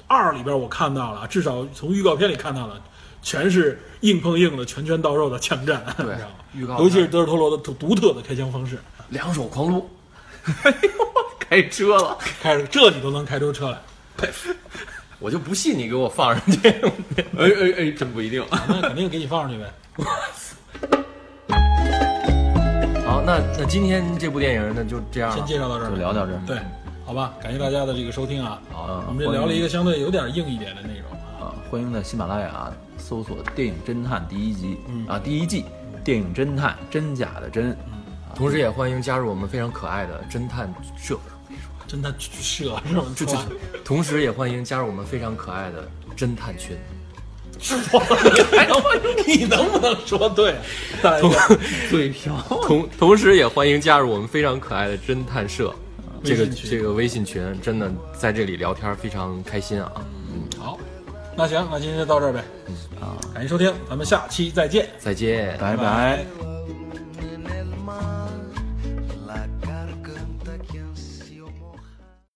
Speaker 3: 二里边我看到了，至少从预告片里看到了，全是硬碰硬的、拳拳到肉的枪战，你知道吗？
Speaker 2: 预告片
Speaker 3: 尤其是德尔托罗的独独特的开枪方式，
Speaker 2: 两手狂撸，哎
Speaker 1: 开车了，
Speaker 3: 开始这你都能开出车来，
Speaker 2: 我就不信你给我放上去。
Speaker 1: 哎哎哎，真不一定。
Speaker 3: 那肯定给你放上去呗。
Speaker 2: 好，那那今天这部电影那就这 样
Speaker 3: 先
Speaker 2: 了。
Speaker 3: 介绍到这儿，
Speaker 1: 就聊到这儿。
Speaker 3: 对，好吧，感谢大家的这个收听啊。
Speaker 1: 好啊
Speaker 3: 我们这聊了一个相对有点硬一点的内容啊。
Speaker 1: 啊，欢迎在喜马拉雅搜索《电影侦探》第一集、啊，第一季《电影侦探》，真假的真，
Speaker 2: 同时也欢迎加入我们非常可爱的侦探社，
Speaker 3: 侦探去社是吧？
Speaker 2: 同时也欢迎加入我们非常可爱的侦探群。吃多了，你还能你能不能说对？
Speaker 3: 再来一个
Speaker 1: 嘴瓢，
Speaker 2: 同同时也欢迎加入我们非常可爱的侦探社，这
Speaker 3: 微
Speaker 2: 个
Speaker 3: 信群
Speaker 2: 这个微信群，真的在这里聊天非常开心啊！
Speaker 3: 好，那行，那今天就到这儿呗。啊，感谢收听，咱们下期再见。
Speaker 2: 再见，
Speaker 1: 嗯拜拜。
Speaker 3: 拜